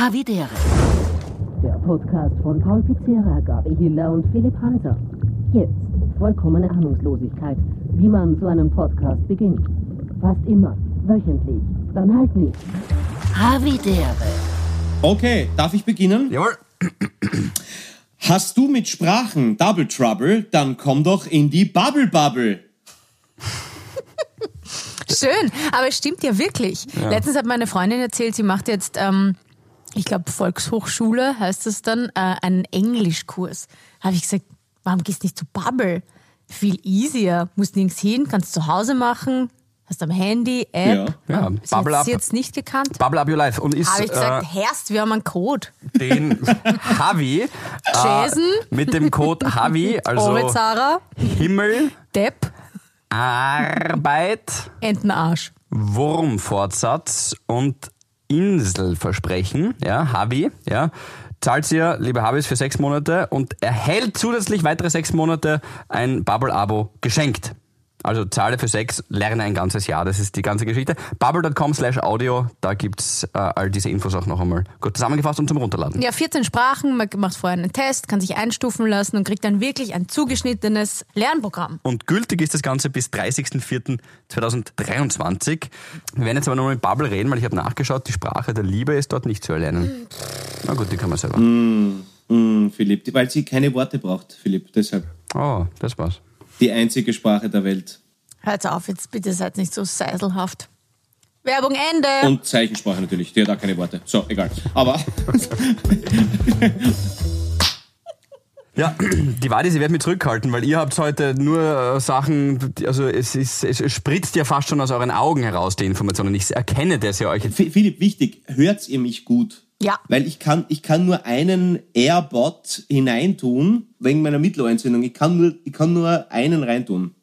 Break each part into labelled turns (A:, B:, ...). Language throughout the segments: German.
A: Havidere.
B: Der Podcast von Paul Pizzera, Gabi Hiller und Philipp Hanser. Jetzt vollkommene Ahnungslosigkeit, wie man so einen Podcast beginnt. Fast immer, wöchentlich, dann halt nicht.
A: Havidere.
C: Okay, darf ich beginnen?
D: Jawohl.
C: Hast du mit Sprachen Double Trouble, dann komm doch in die Bubble Bubble.
E: Schön, aber es stimmt ja wirklich. Letztens hat meine Freundin erzählt, sie macht jetzt, ähm, ich glaube Volkshochschule heißt es dann, äh, einen Englischkurs. Habe ich gesagt, warum gehst du nicht zu Bubble? Viel easier, musst nirgends hin, kannst zu Hause machen, hast am Handy, App.
D: Ja,
E: Sie hat
D: Bubble Up.
E: sie jetzt nicht gekannt.
D: Bubble Up Your Life. Und ist
E: Habe ich
D: äh,
E: gesagt, Herst, wir haben einen Code.
D: den Havi äh,
E: Jason?
D: mit dem Code Havi, also
E: Ovid Sarah,
D: Himmel,
E: Depp,
D: Arbeit,
E: Entenarsch.
D: Wurmfortsatz und Inselversprechen, ja, Havi, ja, zahlt ihr, liebe Havis, für sechs Monate und erhält zusätzlich weitere sechs Monate ein Bubble-Abo geschenkt. Also zahle für sechs, lerne ein ganzes Jahr, das ist die ganze Geschichte. Bubble.com slash audio, da gibt's äh, all diese Infos auch noch einmal gut zusammengefasst und zum Runterladen.
E: Ja, 14 Sprachen, man macht vorher einen Test, kann sich einstufen lassen und kriegt dann wirklich ein zugeschnittenes Lernprogramm.
D: Und gültig ist das Ganze bis 30.04.2023. Wir werden jetzt aber nochmal mit Bubble reden, weil ich habe nachgeschaut, die Sprache der Liebe ist dort nicht zu erlernen. Na gut, die kann man selber.
C: Hm, Philipp, weil sie keine Worte braucht, Philipp, deshalb.
D: Oh, das war's.
C: Die einzige Sprache der Welt.
E: Hört auf, jetzt bitte seid nicht so seiselhaft. Werbung Ende.
C: Und Zeichensprache natürlich, die hat auch keine Worte. So, egal. Aber
D: Ja, die Wadis, ihr werdet mich zurückhalten, weil ihr habt heute nur äh, Sachen, die- also es, ist, es es spritzt ja fast schon aus euren Augen heraus, die Informationen. Ich erkenne das ja euch jetzt.
C: F- Philipp, wichtig, hört ihr mich gut?
E: Ja.
C: Weil ich kann, ich kann nur einen AirBot hineintun, wegen meiner Mittelohrentzündung. Ich kann nur, ich kann nur einen reintun.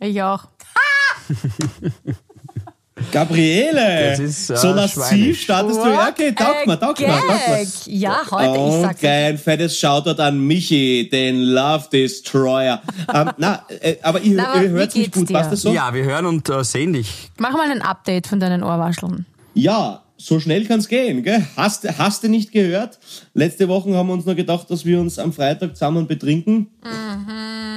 E: Ich auch.
C: Gabriele!
D: Das ist, äh,
C: so lassiv
D: schweinisch.
C: startest du. Ja, okay, taugt mir, taugt mir, taugt mir.
E: Ja, heute, ich
C: Und
E: sag's. euch.
C: ein fettes Shoutout an Michi, den Love Destroyer. ähm, na, äh, aber ihr,
E: Na,
C: ihr
E: aber wie
C: hört mich
E: geht's
C: gut,
E: dir?
C: passt das so?
D: Ja, wir hören und äh, sehen dich.
E: Mach mal ein Update von deinen Ohrwascheln.
C: Ja, so schnell kann's gehen, gell? Hast, hast du nicht gehört? Letzte Woche haben wir uns noch gedacht, dass wir uns am Freitag zusammen betrinken.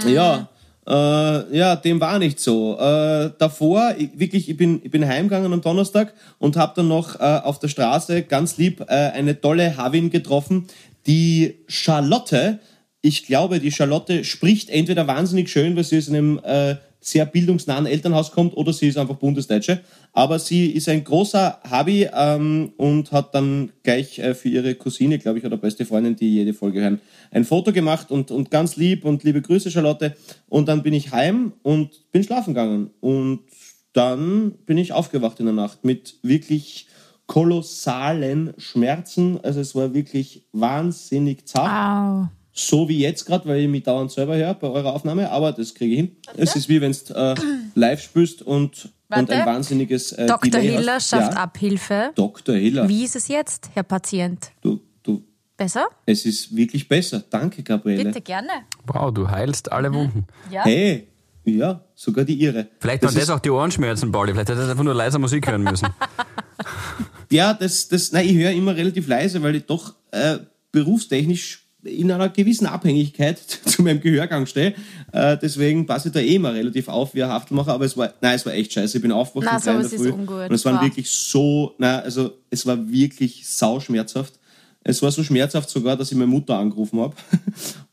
C: Ja, äh, ja, dem war nicht so. Äh, davor, ich, wirklich, ich bin, ich bin heimgegangen am Donnerstag und habe dann noch äh, auf der Straße ganz lieb äh, eine tolle Havin getroffen, die Charlotte. Ich glaube, die Charlotte spricht entweder wahnsinnig schön, weil sie aus einem äh, sehr bildungsnahen Elternhaus kommt, oder sie ist einfach Bundesdeutsche. Aber sie ist ein großer Habi ähm, und hat dann gleich äh, für ihre Cousine, glaube ich, oder beste Freundin, die jede Folge hören, ein Foto gemacht und, und ganz lieb und liebe Grüße, Charlotte. Und dann bin ich heim und bin schlafen gegangen. Und dann bin ich aufgewacht in der Nacht mit wirklich kolossalen Schmerzen. Also es war wirklich wahnsinnig zart.
E: Au.
C: So wie jetzt gerade, weil ich mich dauernd selber höre bei eurer Aufnahme, aber das kriege ich hin. Es ist wie wenn du äh, live spielst und, und
E: Warte.
C: ein wahnsinniges äh,
E: Dr.
C: Delay
E: Hiller
C: hast.
E: schafft
C: ja.
E: Abhilfe.
C: Dr. Hiller,
E: Wie ist es jetzt, Herr Patient?
C: du, du,
E: Besser?
C: es ist wirklich besser. Danke, Gabriele.
E: Bitte gerne.
D: Wow, du heilst alle Wunden.
E: Ja.
C: Hey, ja, sogar die ihre.
D: Vielleicht waren
C: ist-
D: das auch die Ohrenschmerzen, Pauli. Vielleicht hättest du einfach nur leiser Musik hören müssen.
C: Ja, das, das, nein, ich höre immer relativ leise, weil ich doch äh, berufstechnisch in einer gewissen Abhängigkeit zu meinem Gehörgang stehe. Äh, deswegen passe ich da eh immer relativ auf, wie ein Haftmacher. Aber es war, nein, es war echt scheiße. Ich bin aufgewacht
E: Na,
C: um drei in
E: sowas
C: der
E: ist
C: Früh
E: ungut.
C: und es waren
E: Boah.
C: wirklich so, nein, also es war wirklich sauschmerzhaft. Es war so schmerzhaft sogar, dass ich meine Mutter angerufen habe.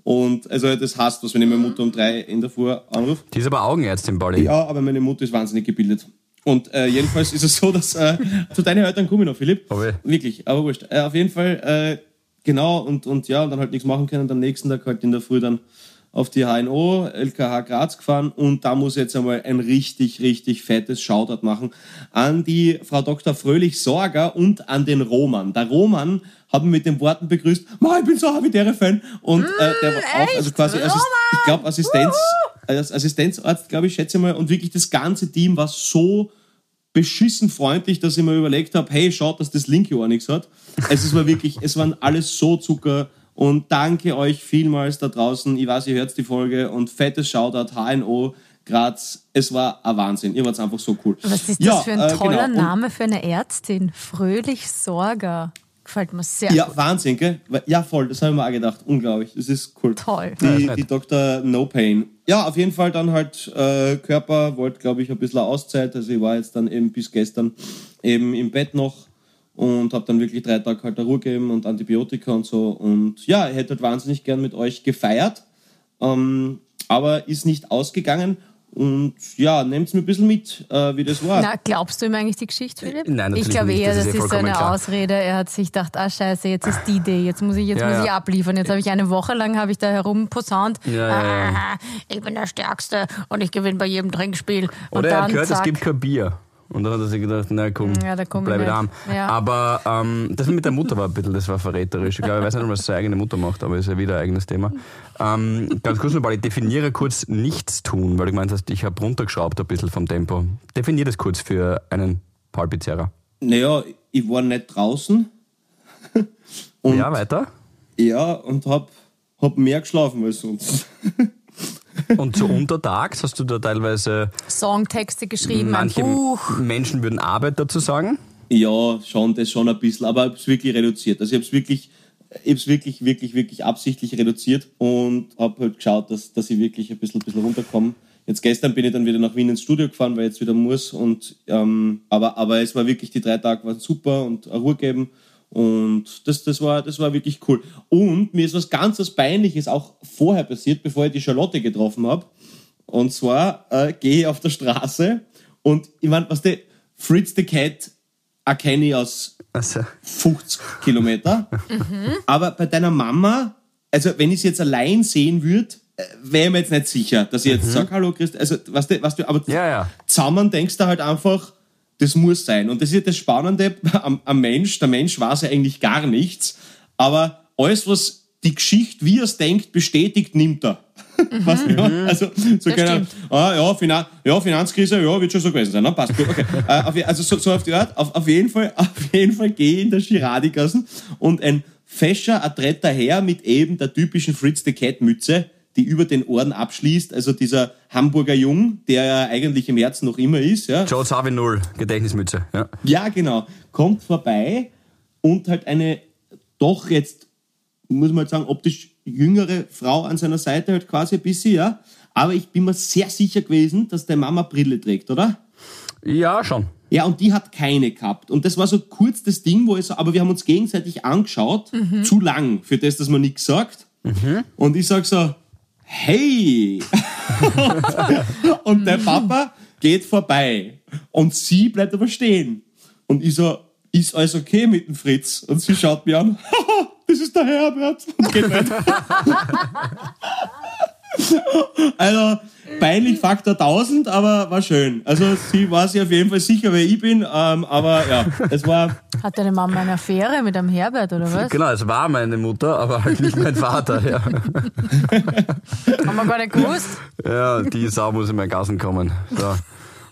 C: Und also das hasst was, wenn ich meine Mutter um drei in der Früh anrufe.
D: Die ist aber Augenärztin, Pauli.
C: Ja, aber meine Mutter ist wahnsinnig gebildet. Und äh, jedenfalls ist es so, dass äh, zu deinen Eltern komme ich noch, Philipp.
D: Oh weh.
C: Wirklich, aber wurscht. Äh, auf jeden Fall, äh, genau, und, und ja, und dann halt nichts machen können. Und am nächsten Tag halt in der Früh dann auf die HNO, LKH Graz gefahren und da muss ich jetzt einmal ein richtig, richtig fettes Shoutout machen an die Frau Dr. Fröhlich-Sorger und an den Roman. Der Roman hat mich mit den Worten begrüßt, Ma, ich bin so Habitäre-Fan und äh, der war auch, also quasi, Assist, ich glaube Assistenz, als Assistenzarzt, glaube ich, schätze ich mal, und wirklich das ganze Team war so beschissen freundlich, dass ich mir überlegt habe, hey, schaut, dass das linke Ohr nichts hat. Also es war wirklich, es waren alles so Zucker und danke euch vielmals da draußen. Ich weiß, ihr hört die Folge und fettes Shoutout HNO Graz. Es war ein Wahnsinn. Ihr wart einfach so cool.
E: Was ist
C: Ja,
E: das für ein
C: äh, genau.
E: toller
C: Und-
E: Name für eine Ärztin? Fröhlich Sorger. Gefällt mir sehr
C: Ja,
E: gut.
C: Wahnsinn, gell? Ja, voll, das habe ich mir auch gedacht. Unglaublich, das ist cool.
E: Toll.
D: Ja, ist
C: Die,
D: nett.
C: die Dr. No Pain. Ja, auf jeden Fall dann halt äh, Körper, wollte, glaube ich, ein bisschen eine Auszeit. Also ich war jetzt dann eben bis gestern eben im Bett noch und habe dann wirklich drei Tage halt der Ruhe gegeben und Antibiotika und so. Und ja, ich hätte halt wahnsinnig gern mit euch gefeiert, ähm, aber ist nicht ausgegangen. Und ja, nehmt mir ein bisschen mit, äh, wie das war.
E: Na, glaubst du ihm eigentlich die Geschichte, Philipp?
D: Äh, Nein, natürlich
E: ich glaube
D: nicht.
E: eher,
D: Das
E: das
D: ist
E: ist,
D: eh
E: so
D: vollkommen
E: eine
D: klar.
E: Ausrede. Er hat sich gedacht, ah scheiße, jetzt ist die Idee, jetzt muss ich, jetzt
D: Ja,
E: muss ich
D: ja.
E: abliefern. Jetzt habe ich eine Woche lang habe ich da herumposaunt.
D: Ja, ja, ja.
E: Ah, ich bin der Stärkste und ich gewinne bei jedem Trinkspiel. Und
D: Oder er
E: dann
D: hat gehört,
E: zack,
D: es gibt kein Bier. Und dann hat er sich gedacht, na komm,
E: Ja, da komm ich
D: bleib ich
E: nicht.
D: daheim.
E: Ja.
D: Aber ähm, das mit der Mutter war ein bisschen, das war verräterisch. Ich glaube, ich weiß nicht, einmal, was seine eigene Mutter macht, aber ist ja wieder ein eigenes Thema. Ähm, ganz kurz noch, weil ich definiere kurz nichts tun, weil du gemeint hast, ich habe runtergeschraubt ein bisschen vom Tempo. Definier das kurz für einen Paul Pizzerra.
C: Naja, ich war nicht draußen. und
D: Ja, weiter.
C: Ja, und hab, hab mehr geschlafen als sonst.
D: Und so untertags hast du da teilweise,
E: Songtexte geschrieben,
D: manche
E: ein Buch.
D: Menschen würden Arbeit dazu sagen.
C: Ja, schon, das schon ein bisschen, aber ich hab's wirklich reduziert. Also ich hab's wirklich, ich hab's wirklich, wirklich, wirklich absichtlich reduziert und hab halt geschaut, dass, dass ich wirklich ein bisschen, ein bisschen runterkomme. Jetzt gestern bin ich dann wieder nach Wien ins Studio gefahren, weil ich jetzt wieder muss. Und, ähm, aber, aber es war wirklich, die drei Tage waren super und eine Ruhe geben. Und das, das, war, das war wirklich cool. Und mir ist was ganz was Peinliches auch vorher passiert, bevor ich die Charlotte getroffen habe. Und zwar äh, gehe ich auf der Straße und ich meine, was der Fritz the Cat erkenne ich aus
D: Also,
C: 50 Kilometer. Mhm. Aber bei deiner Mama, also wenn ich sie jetzt allein sehen würde, wäre ich mir jetzt nicht sicher, dass ich jetzt sage, hallo Christ, also was du, was du, aber
D: Mhm. Ja, ja.
C: zusammen denkst du halt einfach, das muss sein. Und das ist ja das Spannende am, am Mensch, der Mensch weiß ja eigentlich gar nichts, aber alles, was die Geschichte, wie er es denkt, bestätigt, nimmt er. Weißt du,
D: Mhm.
C: ja? Also, so keine Ahnung. ah, ja, Finan ja, Finanzkrise, ja, wird schon so gewesen sein, ne? passt gut, okay. äh, auf, je- also so, so auf die Art, auf, auf jeden Fall, auf jeden Fall gehe ich in der Girardigassen und ein fescher, adretter Herr mit eben der typischen Fritz the Cat Mütze, die über den Ohren abschließt, also dieser Hamburger Jung, der ja eigentlich im Herzen noch immer ist, ja,
D: Joe Savi Null, Gedächtnismütze. Ja.
C: ja, genau. Kommt vorbei und halt eine doch jetzt, muss man halt sagen, optisch jüngere Frau an seiner Seite halt quasi ein bisschen, ja. Aber ich bin mir sehr sicher gewesen, dass der Mama Brille trägt, oder?
D: ja, schon.
C: Ja, und die hat keine gehabt. Und das war so kurz das Ding, wo ich so, aber wir haben uns gegenseitig angeschaut, zu lang, für das, dass man nichts sagt. Und ich sag so, hey! und der Papa geht vorbei. Und sie bleibt aber stehen. Und ich so, ist alles okay mit dem Fritz? Und sie schaut mir an, haha, das ist der Herbert. Und geht weiter. Also, peinlich Faktor 1000, aber war schön. Also, sie war sich auf jeden Fall sicher, wer ich bin, ähm, aber ja, es war,
E: Hat deine Mama eine Affäre mit einem Herbert oder was?
D: Genau, es war meine Mutter, aber halt nicht mein Vater. Ja,
E: Haben wir gar nicht gewusst.
D: ja die Sau muss in meinen Gassen kommen. So.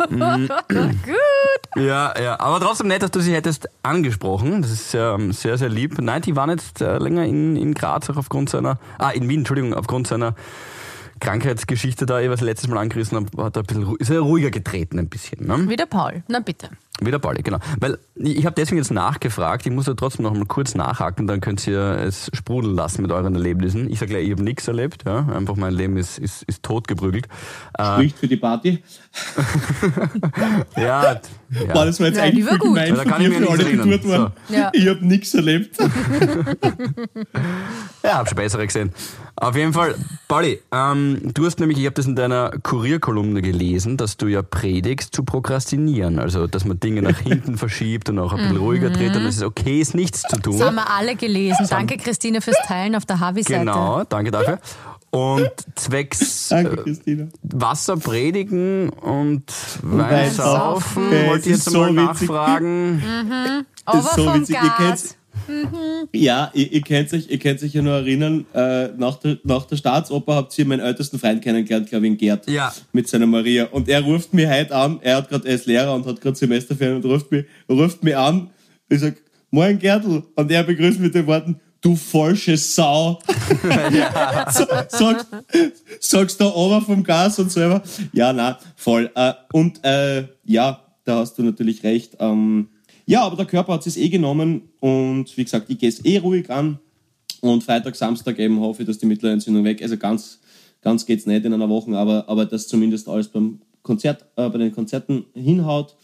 D: Mhm.
E: Gut.
D: Ja, ja, aber trotzdem nett, dass du sie hättest angesprochen. Das ist ähm, sehr, sehr lieb. Nein, die waren jetzt äh, länger in, in Graz, auch aufgrund seiner, ah, in Wien, Entschuldigung, aufgrund seiner Krankheitsgeschichte da, eh, was ich letztes Mal angerissen habe, hat er ein bisschen, ru- ist er ruhiger getreten ein bisschen. Ne?
E: Wieder Paul. Na bitte.
D: Wieder Balli, genau. Weil ich ich habe deswegen jetzt nachgefragt, ich muss da trotzdem noch mal kurz nachhaken, dann könnt ihr es sprudeln lassen mit euren Erlebnissen. Ich sage gleich, ich habe nichts erlebt, ja. Einfach mein Leben ist, ist, ist totgeprügelt. Äh,
C: spricht für die Party.
D: ja,
C: Boah,
D: ja.
C: das war jetzt
E: Ja, die
C: eigentlich voll
E: war gut.
C: gemein
D: Ja, da
C: von
D: kann ich
C: dir
D: mich
C: für
D: an
C: alle,
D: nichts
C: die dort
D: erinnern.
C: waren.
E: So. Ja.
C: Ich hab nichts erlebt.
D: ja hab schon bessere gesehen. Auf jeden Fall, Pauli, ähm, du hast nämlich, ich habe das in deiner Kurierkolumne gelesen, dass du ja predigst zu prokrastinieren. Also, dass man Dinge nach hinten verschiebt und auch ein bisschen ruhiger dreht und es ist okay, ist nichts zu tun.
E: Das haben wir alle gelesen. Danke, Christine, fürs Teilen auf der Havi-Seite.
D: Genau, danke dafür. Und zwecks
C: Danke, Christina.
D: Wasser predigen und Wein
C: Wein
D: saufen.
C: saufen. Äh,
D: Wollt
C: es
D: ihr
C: ist
D: jetzt
C: so
D: mal
C: witzig.
D: nachfragen?
E: Aber
C: ist so
E: vom
C: witzig. Ihr
E: Gas. Mhm.
C: kennt's- Ja, ihr, ihr könnt euch, ihr könnt euch ja nur erinnern, äh, nach, der, nach der Staatsoper habt ihr meinen ältesten Freund kennengelernt, glaube ich, in Gerd.
D: Ja.
C: Mit seiner Maria. Und er ruft mich heute an, er hat gerade, er ist Lehrer und hat gerade Semesterferien und ruft mich, ruft mich an. Ich sag, moin Gertl. Und er begrüßt mit den Worten, du falsche Sau. So- sagst, sagst da oben vom Gas und selber. Ja, na, voll. Äh, und äh, ja, da hast du natürlich recht. Ähm, Ja, aber der Körper hat es eh genommen und wie gesagt, ich gehe es eh ruhig an. Und Freitag, Samstag eben hoffe ich, dass die Mittelohrentzündung weg Also ganz, ganz geht es nicht in einer Woche, aber, aber dass zumindest alles beim Konzert, äh, bei den Konzerten hinhaut.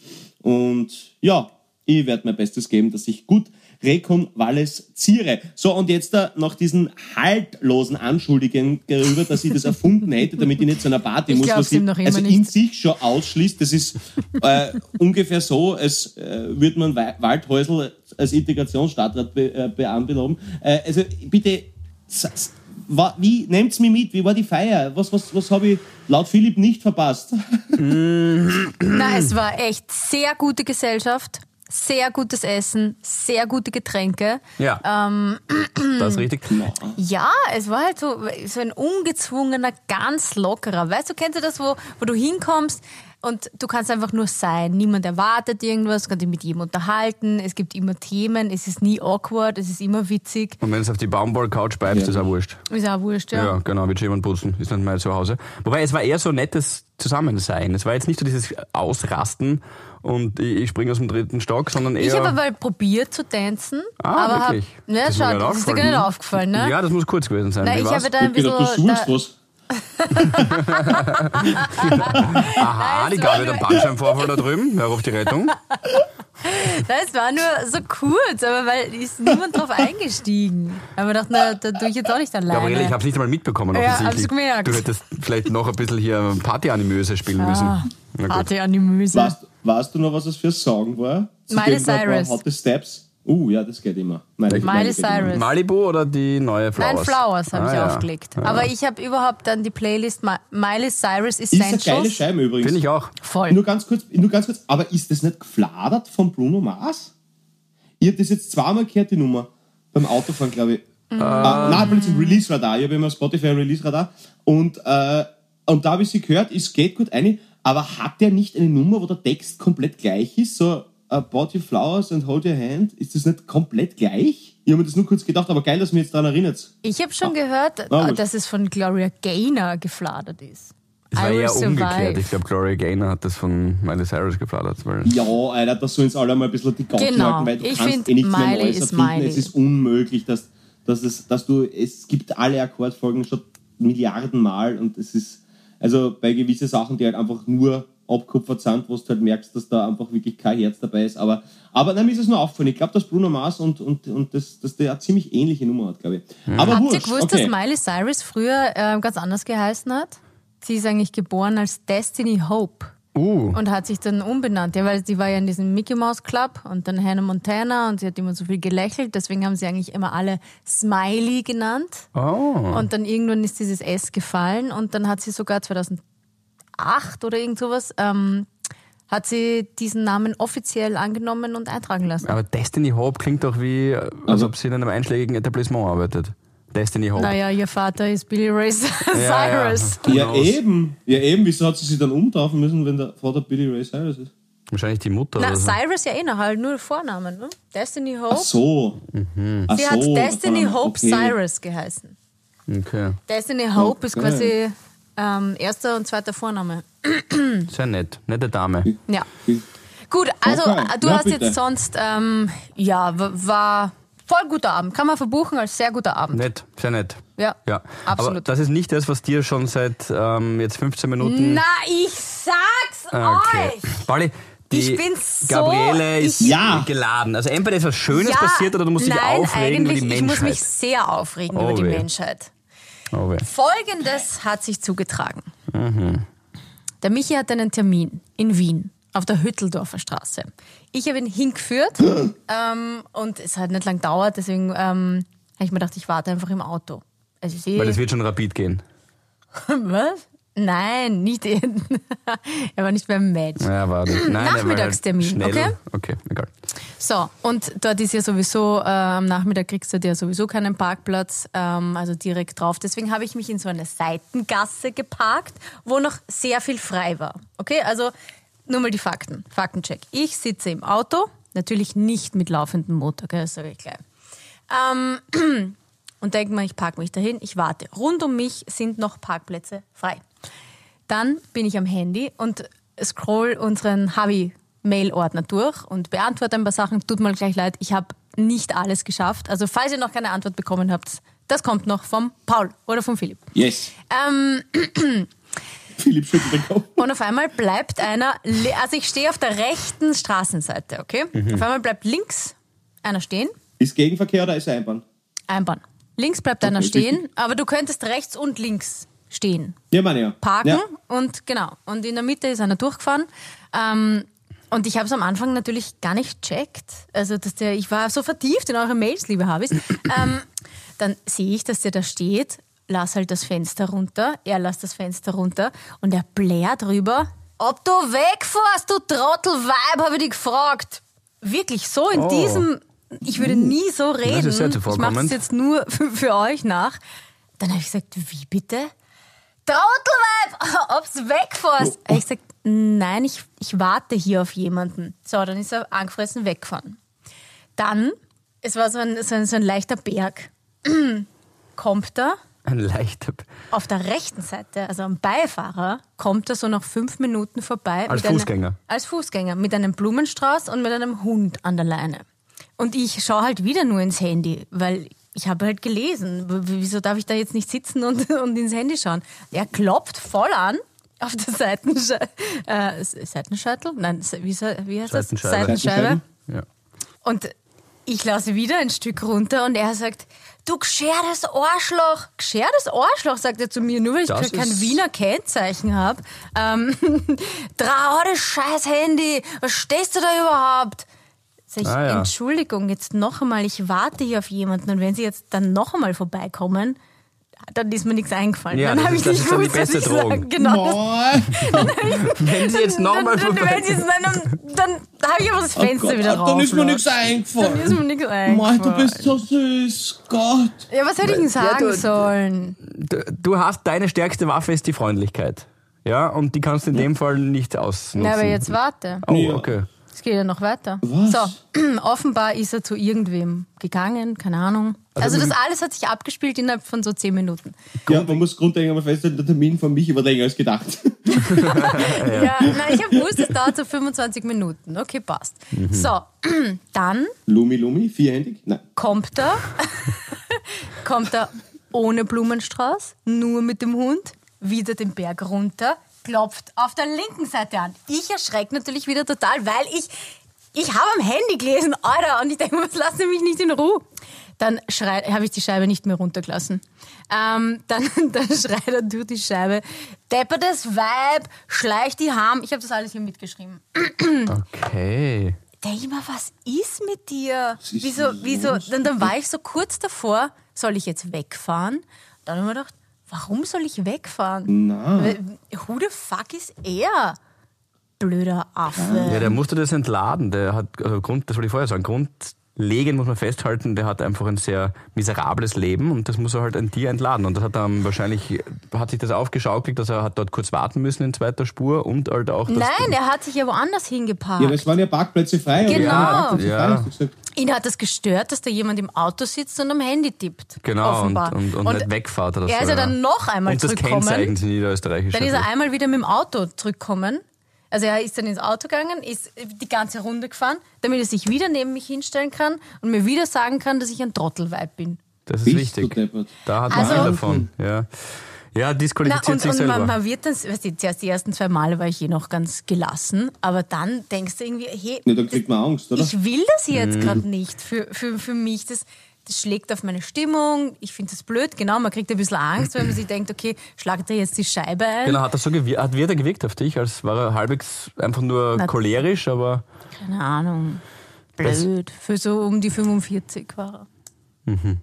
C: Und ja, ich werde mein Bestes geben, dass ich gut rekonvalesziere. So, und jetzt äh, nach diesen haltlosen Anschuldigungen darüber, dass ich das erfunden hätte, damit ich nicht zu einer Party
E: Ich
C: muss.
E: glaub's
C: was ich-
E: ihm noch immer
C: also
E: nicht.
C: in sich schon ausschließt, das ist äh, ungefähr so, als äh, würde man Wa- Waldhäusl als Integrationsstadtrat be äh, beanbeloben. Äh, also bitte, s- s- wa- wie nehmt's mich mit? Wie war die Feier? Was, was, was habe ich laut Philipp nicht verpasst?
E: Na, es war echt sehr gute Gesellschaft, sehr gutes Essen, sehr gute Getränke.
D: Ja.
C: Ähm.
D: das ist richtig.
E: Ja, es war halt so, so ein ungezwungener, ganz lockerer. Weißt du, kennst du das, wo, wo du hinkommst und du kannst einfach nur sein. Niemand erwartet irgendwas, du kannst dich mit jedem unterhalten. Es gibt immer Themen, es ist nie awkward, es ist immer witzig.
D: Und wenn du auf die Baumwoll-Couch bleibst, ist auch wurscht.
E: Ist auch wurscht,
D: Ja,
E: ja.
D: genau, wird schon jemand putzen. Ist nicht mehr zu Hause. Wobei, es war eher so nettes Zusammensein. Es war jetzt nicht so dieses Ausrasten und ich, ich springe aus dem dritten Stock, sondern eher...
E: Ich habe mal probiert zu tanzen,
D: ah,
E: aber
D: wirklich?
E: hab, ne,
D: ist mir
E: schau,
D: gerade
E: das ist dir
D: aufgefallen.
E: gar nicht aufgefallen, ne?
D: Ja, das muss kurz gewesen sein.
E: Nein,
D: Wie
E: ich
D: war's?
E: habe da ein
C: ich
E: bisschen.
C: hab gedacht, du
E: Ähm, da,
C: suchst was.
D: Aha, die
E: es
D: gab
E: war
D: wieder einen
E: nur-
D: Bandscheibenvorfall da drüben. Wer ruft die Rettung?
E: Das war nur so kurz, aber weil ist niemand drauf eingestiegen. Aber ich dachte, na, da tue ich jetzt auch nicht alleine.
D: Gabriele, ich habe es nicht einmal mitbekommen.
E: Ja,
D: offensichtlich.
E: hab's gemerkt.
D: Du hättest vielleicht noch ein bisschen hier Party-Animöse spielen müssen.
E: Ah,
D: Na gut.
E: Party Animöse.
C: Weißt, weißt du noch, was das für ein Song war? Zu
E: Miley
C: dem da ein paar
E: Cyrus.
C: Hotte Steps. Uh, ja, das geht immer. Miley,
E: Miley
C: geht immer.
E: Cyrus.
D: Malibu oder die neue Flowers?
E: Nein, Flowers habe
D: Ah,
E: ich
D: ja.
E: aufgelegt. Aber ich habe überhaupt dann die Playlist Ma- Miley Cyrus
C: Ist
E: ist
C: eine geile
E: Essentials.
C: Scheibe übrigens.
D: Finde ich auch.
E: Voll.
C: Nur ganz kurz, nur ganz kurz, aber ist das nicht gefladert von Bruno Mars? Ich habe das jetzt zweimal gehört, die Nummer. Beim Autofahren, glaube ich. Ah, nein, plötzlich Release Radar. Ich habe immer Spotify ein Release Radar. Und, äh, und da habe ich sie gehört, es geht gut ein, aber hat der nicht eine Nummer, wo der Text komplett gleich ist? So, About your flowers and hold your hand. Ist das nicht komplett gleich? Ich habe mir das nur kurz gedacht, aber geil, dass mir jetzt daran erinnert.
E: Ich habe schon gehört, äh,
C: Ah, gut.
E: dass es von Gloria Gaynor gefladert ist.
D: Es war
E: I will
D: eher
E: survive.
D: umgekehrt. Ich glaube, Gloria Gaynor hat das von Miley Cyrus gefladert. Weil
C: Ja, Alter, das sollen uns alle mal ein bisschen die Gauchen
E: Genau.
C: halten, weil du
E: Ich
C: kannst
E: find,
C: eh nichts mehr
E: Miley
C: Neues
E: ist
C: erfinden.
E: Miley.
C: Es ist unmöglich, dass, dass, es, dass du, es gibt alle Akkordfolgen schon Milliarden Mal und es ist, also bei gewissen Sachen, die halt einfach nur abkupfert sind, wo du halt merkst, dass da einfach wirklich kein Herz dabei ist, aber, aber nein, mir ist es nur aufgefallen. Ich glaube, dass Bruno Mars und, und, und das, dass der eine ziemlich ähnliche Nummer hat, glaube ich. Aber
E: Habt ihr
C: wurscht,
E: gewusst,
C: okay.
E: dass Miley Cyrus früher ähm, ganz anders geheißen hat? Sie ist eigentlich geboren als Destiny Hope
D: Uh,
E: und hat sich dann umbenannt. Ja, weil sie war ja in diesem Mickey Mouse Club und dann Hannah Montana und sie hat immer so viel gelächelt. Deswegen haben sie eigentlich immer alle Smiley genannt.
C: Ah.
D: oh.
E: Und dann irgendwann ist dieses S gefallen und dann hat sie sogar 2008 oder irgend sowas, ähm, hat sie diesen Namen offiziell angenommen und eintragen lassen.
D: Aber Destiny Hope klingt doch wie, äh, als ob sie in einem einschlägigen Etablissement arbeitet. Destiny Hope.
E: Naja, ihr Vater ist Billy Ray
D: Ja, ja.
E: Cyrus.
D: Who
C: Ja eh.
D: knows?
C: eben, ja eben, wieso hat sie sich dann umtaufen müssen, wenn der Vater Billy Ray Cyrus ist?
D: Wahrscheinlich die Mutter.
E: Na,
D: oder so.
E: Cyrus ja eh noch, halt nur Vornamen. Ne? Destiny Hope. Mhm.
C: Ach so. Ach
E: Sie hat
C: so,
E: Destiny
C: davon-
E: Hope
C: okay.
E: Cyrus geheißen.
D: Okay,
E: Destiny Hope ist
C: Okay.
E: quasi ähm, erster und zweiter Vorname.
D: sehr nett. Nette Dame.
E: Ja. Gut, also
C: Okay.
E: äh, du
C: Na,
E: hast
C: bitte.
E: jetzt sonst, ähm, ja, w- war voll guter Abend. Kann man verbuchen als sehr guter Abend.
D: Nett, sehr nett.
E: Ja,
D: Ja,
E: absolut.
D: aber das ist nicht das, was dir schon seit ähm, jetzt 15 Minuten.
E: Na, ich sag's
D: okay.
E: euch!
D: Pauli, die
E: Ich bin so-
D: Gabriele ist
E: ich-
C: Ja.
D: geladen. Also entweder ist was Schönes passiert oder du musst
E: nein,
D: dich aufregen über
E: eigentlich,
D: die
E: ich muss mich
D: Menschheit.
E: sehr aufregen
D: Oh
E: über die
D: weh.
E: Menschheit.
D: Oh, weh.
E: Folgendes hat sich zugetragen. Der Michi hat einen Termin in Wien auf der Hütteldorfer Straße. Ich habe ihn hingeführt ähm, und es hat nicht lang gedauert, deswegen ähm, habe ich mir gedacht, ich warte einfach im Auto. Also ich
D: Weil
E: sehe,
D: es wird schon rapid gehen.
E: was? Nein, nicht in. er war nicht beim Match.
D: Ja, warte. Nein, der war halt
E: Nachmittagstermin,
D: schnell.
E: okay?
D: Okay, egal.
E: So, und dort ist ja sowieso, äh, am Nachmittag kriegst du dir sowieso keinen Parkplatz, ähm, also direkt drauf. Deswegen habe ich mich in so eine Seitengasse geparkt, wo noch sehr viel frei war. Okay, also nur mal die Fakten, Faktencheck. Ich sitze im Auto, natürlich nicht mit laufendem Motor, gell, das sage ich gleich. Ähm, und denke mal, ich parke mich dahin, ich warte. Rund um mich sind noch Parkplätze frei. Dann bin ich am Handy und scroll unseren Havi Mail-Ordner durch und beantworte ein paar Sachen. Tut mir gleich leid, ich habe nicht alles geschafft. Also falls ihr noch keine Antwort bekommen habt, das kommt noch vom Paul oder vom Philipp.
C: Yes.
E: Ähm,
C: Philipp schüttelt den Kopf.
E: und auf einmal bleibt einer, li- also ich stehe auf der rechten Straßenseite, okay? Auf einmal bleibt links einer stehen,
C: Ist Gegenverkehr oder ist Einbahn?
E: Einbahn. Links bleibt einer
C: Okay,
E: stehen, aber du könntest rechts und links stehen.
C: Ja, meine ja.
E: parken
C: Ja.
E: und genau. Und in der Mitte ist einer durchgefahren. Ähm, und ich habe es am Anfang natürlich gar nicht checkt. Also, dass der, ich war so vertieft in eure Mails, liebe Habis. Ähm, dann sehe ich, dass der da steht, lass halt das Fenster runter, er lasst das Fenster runter und er blärt drüber. Ob du wegfährst, du Trottelweib, habe ich dich gefragt. Wirklich, so in
D: Oh. Hm.
E: diesem, ich würde nie so reden.
D: Das ist sehr
E: ich mache das
D: zuvorkommend.
E: jetzt nur für, für euch nach. Dann habe ich gesagt, wie bitte? Trottelweib, ob's wegfährst. Ich gesagt, nein, ich, ich warte hier auf jemanden. So, dann ist er angefressen weggefahren. Dann, es war so ein, so ein, so ein leichter Berg, kommt er
D: Ein leichter.
E: auf der rechten Seite, also am Beifahrer, kommt er so nach fünf Minuten vorbei.
D: Als
E: mit einer-
D: Fußgänger.
E: als Fußgänger, mit einem Blumenstrauß und mit einem Hund an der Leine. Und ich schaue halt wieder nur ins Handy, weil ich habe halt gelesen. W- w- Wieso darf ich da jetzt nicht sitzen und, und ins Handy schauen? Er klopft voll an auf der Seitensche äh, S- Seitenscheitel? Nein, Se- wie, se- wie heißt das?
D: Seitenscheibe.
E: Seitenscheibe.
D: Ja.
E: Und ich lasse wieder ein Stück runter und er sagt, du geschertes Arschloch, geschertes Arschloch, sagt er zu mir, nur weil ich
D: Das
E: kein
D: ist-
E: Wiener Kennzeichen habe. Ähm, Traure scheiß Handy, was stehst du da überhaupt? Sag ich,
D: Ah, ja.
E: Entschuldigung, jetzt noch einmal, ich warte hier auf jemanden und wenn sie jetzt dann noch einmal vorbeikommen, dann ist mir nichts eingefallen.
D: Ja,
E: dann
D: das
E: habe ich
D: ist- das
E: nicht
D: ist dann die
E: gewusst, was
D: beste
E: ich sagen.
D: Drohung.
E: Genau, das
D: Wenn sie jetzt nochmal
E: dann, dann, wenn sie es- dann, dann habe ich aber das
C: Oh
E: Fenster
C: Gott, Ah,
E: wieder rauf.
C: dann ist mir nichts
E: Dann ist
C: eingefallen.
E: mir nichts
C: Mei, du
E: eingefallen.
C: bist so süß. Gott.
E: Ja, was hätte ich denn
D: Ja,
E: sagen
D: du-
E: sollen?
D: Du, du hast deine stärkste Waffe ist die Freundlichkeit. Ja, und die kannst du in dem Fall nicht ausnutzen.
E: Na, aber jetzt warte.
D: Oh,
C: Ja.
D: okay.
E: Es geht ja noch weiter.
C: Was?
E: So, offenbar ist er zu irgendwem gegangen, keine Ahnung. Also, das alles hat sich abgespielt innerhalb von so zehn Minuten.
C: Ja, man muss grundlegend einmal feststellen, der Termin von mich war länger als gedacht.
E: Ja, nein, ich habe gewusst, es dauert so 25 Minuten. Okay, passt. So, dann
C: Lumi, Lumi, vierhändig? Nein.
E: kommt er, kommt er ohne Blumenstrauß, nur mit dem Hund, wieder den Berg runter, klopft auf der linken Seite an. Ich erschrecke natürlich wieder total, weil ich, ich habe am Handy gelesen, Alter, und ich denke, was lasst ihr mich nicht in Ruhe? Dann schreit- habe ich die Scheibe nicht mehr runtergelassen. Ähm, dann, dann schreit er durch die Scheibe, deppertes Weib, schleicht die Ham. Ich habe das alles hier mitgeschrieben
D: Okay.
E: denke ich mir, was ist mit dir?
C: ist
E: Wieso, wieso? Dann, dann war ich so kurz davor, soll ich jetzt wegfahren? Dann habe ich mir gedacht, warum soll ich wegfahren?
C: Na.
E: We- Who the fuck ist er? Blöder
D: Ja,
E: Affe.
D: der musste das entladen. Der hat, also Grund, das wollte ich vorher sagen, grundlegend muss man festhalten, der hat einfach ein sehr miserables Leben und das muss er halt an dir entladen. Und das hat dann wahrscheinlich, hat sich das aufgeschaukelt, dass er hat dort kurz warten müssen in zweiter Spur und halt auch das.
E: Nein, er hat sich ja woanders hingeparkt.
C: Ja, aber es waren ja Parkplätze frei. oder?
E: Genau.
C: Ja, Parkplätze
D: Ja.
C: frei, hast du gesagt.
E: Ihn hat es gestört, dass da jemand im Auto sitzt und am Handy tippt.
D: Genau, und,
E: offenbar.
D: und, und, nicht wegfahrt oder so.
E: Er ist ja dann noch einmal
D: Und das
E: zurückgekommen.
D: Kennzeichen sind niederösterreichisch.
E: Dann ist er einmal wieder mit dem Auto zurückgekommen. Also er ist dann ins Auto gegangen, ist die ganze Runde gefahren, damit er sich wieder neben mich hinstellen kann und mir wieder sagen kann, dass ich ein Trottelweib bin.
D: Das ist
C: Bist
D: wichtig.
C: du deppert.
D: Da hat man
E: Also-
D: einen davon. Ja, ja
E: Na,
D: disqualifiziert
E: und
D: sich
E: und
D: selber.
E: man, man wird dann, weißt du, zuerst die ersten zwei Male war ich eh noch ganz gelassen, aber dann denkst du irgendwie, hey,
C: Ja, dann kriegt man Angst, oder?
E: ich will das jetzt
D: Mhm.
E: gerade nicht für, für, für mich. Das, das schlägt auf meine Stimmung, ich finde das blöd, genau, man kriegt ein bisschen Angst, wenn man sich denkt, okay, schlagt er jetzt die Scheibe ein?
D: genau, hat, das so gewi- hat wird er gewirkt auf dich, als war er halbwegs einfach nur
E: Na-
D: cholerisch, aber
E: Keine Ahnung. Blöd. Für so um die 45 war er.
D: Mhm.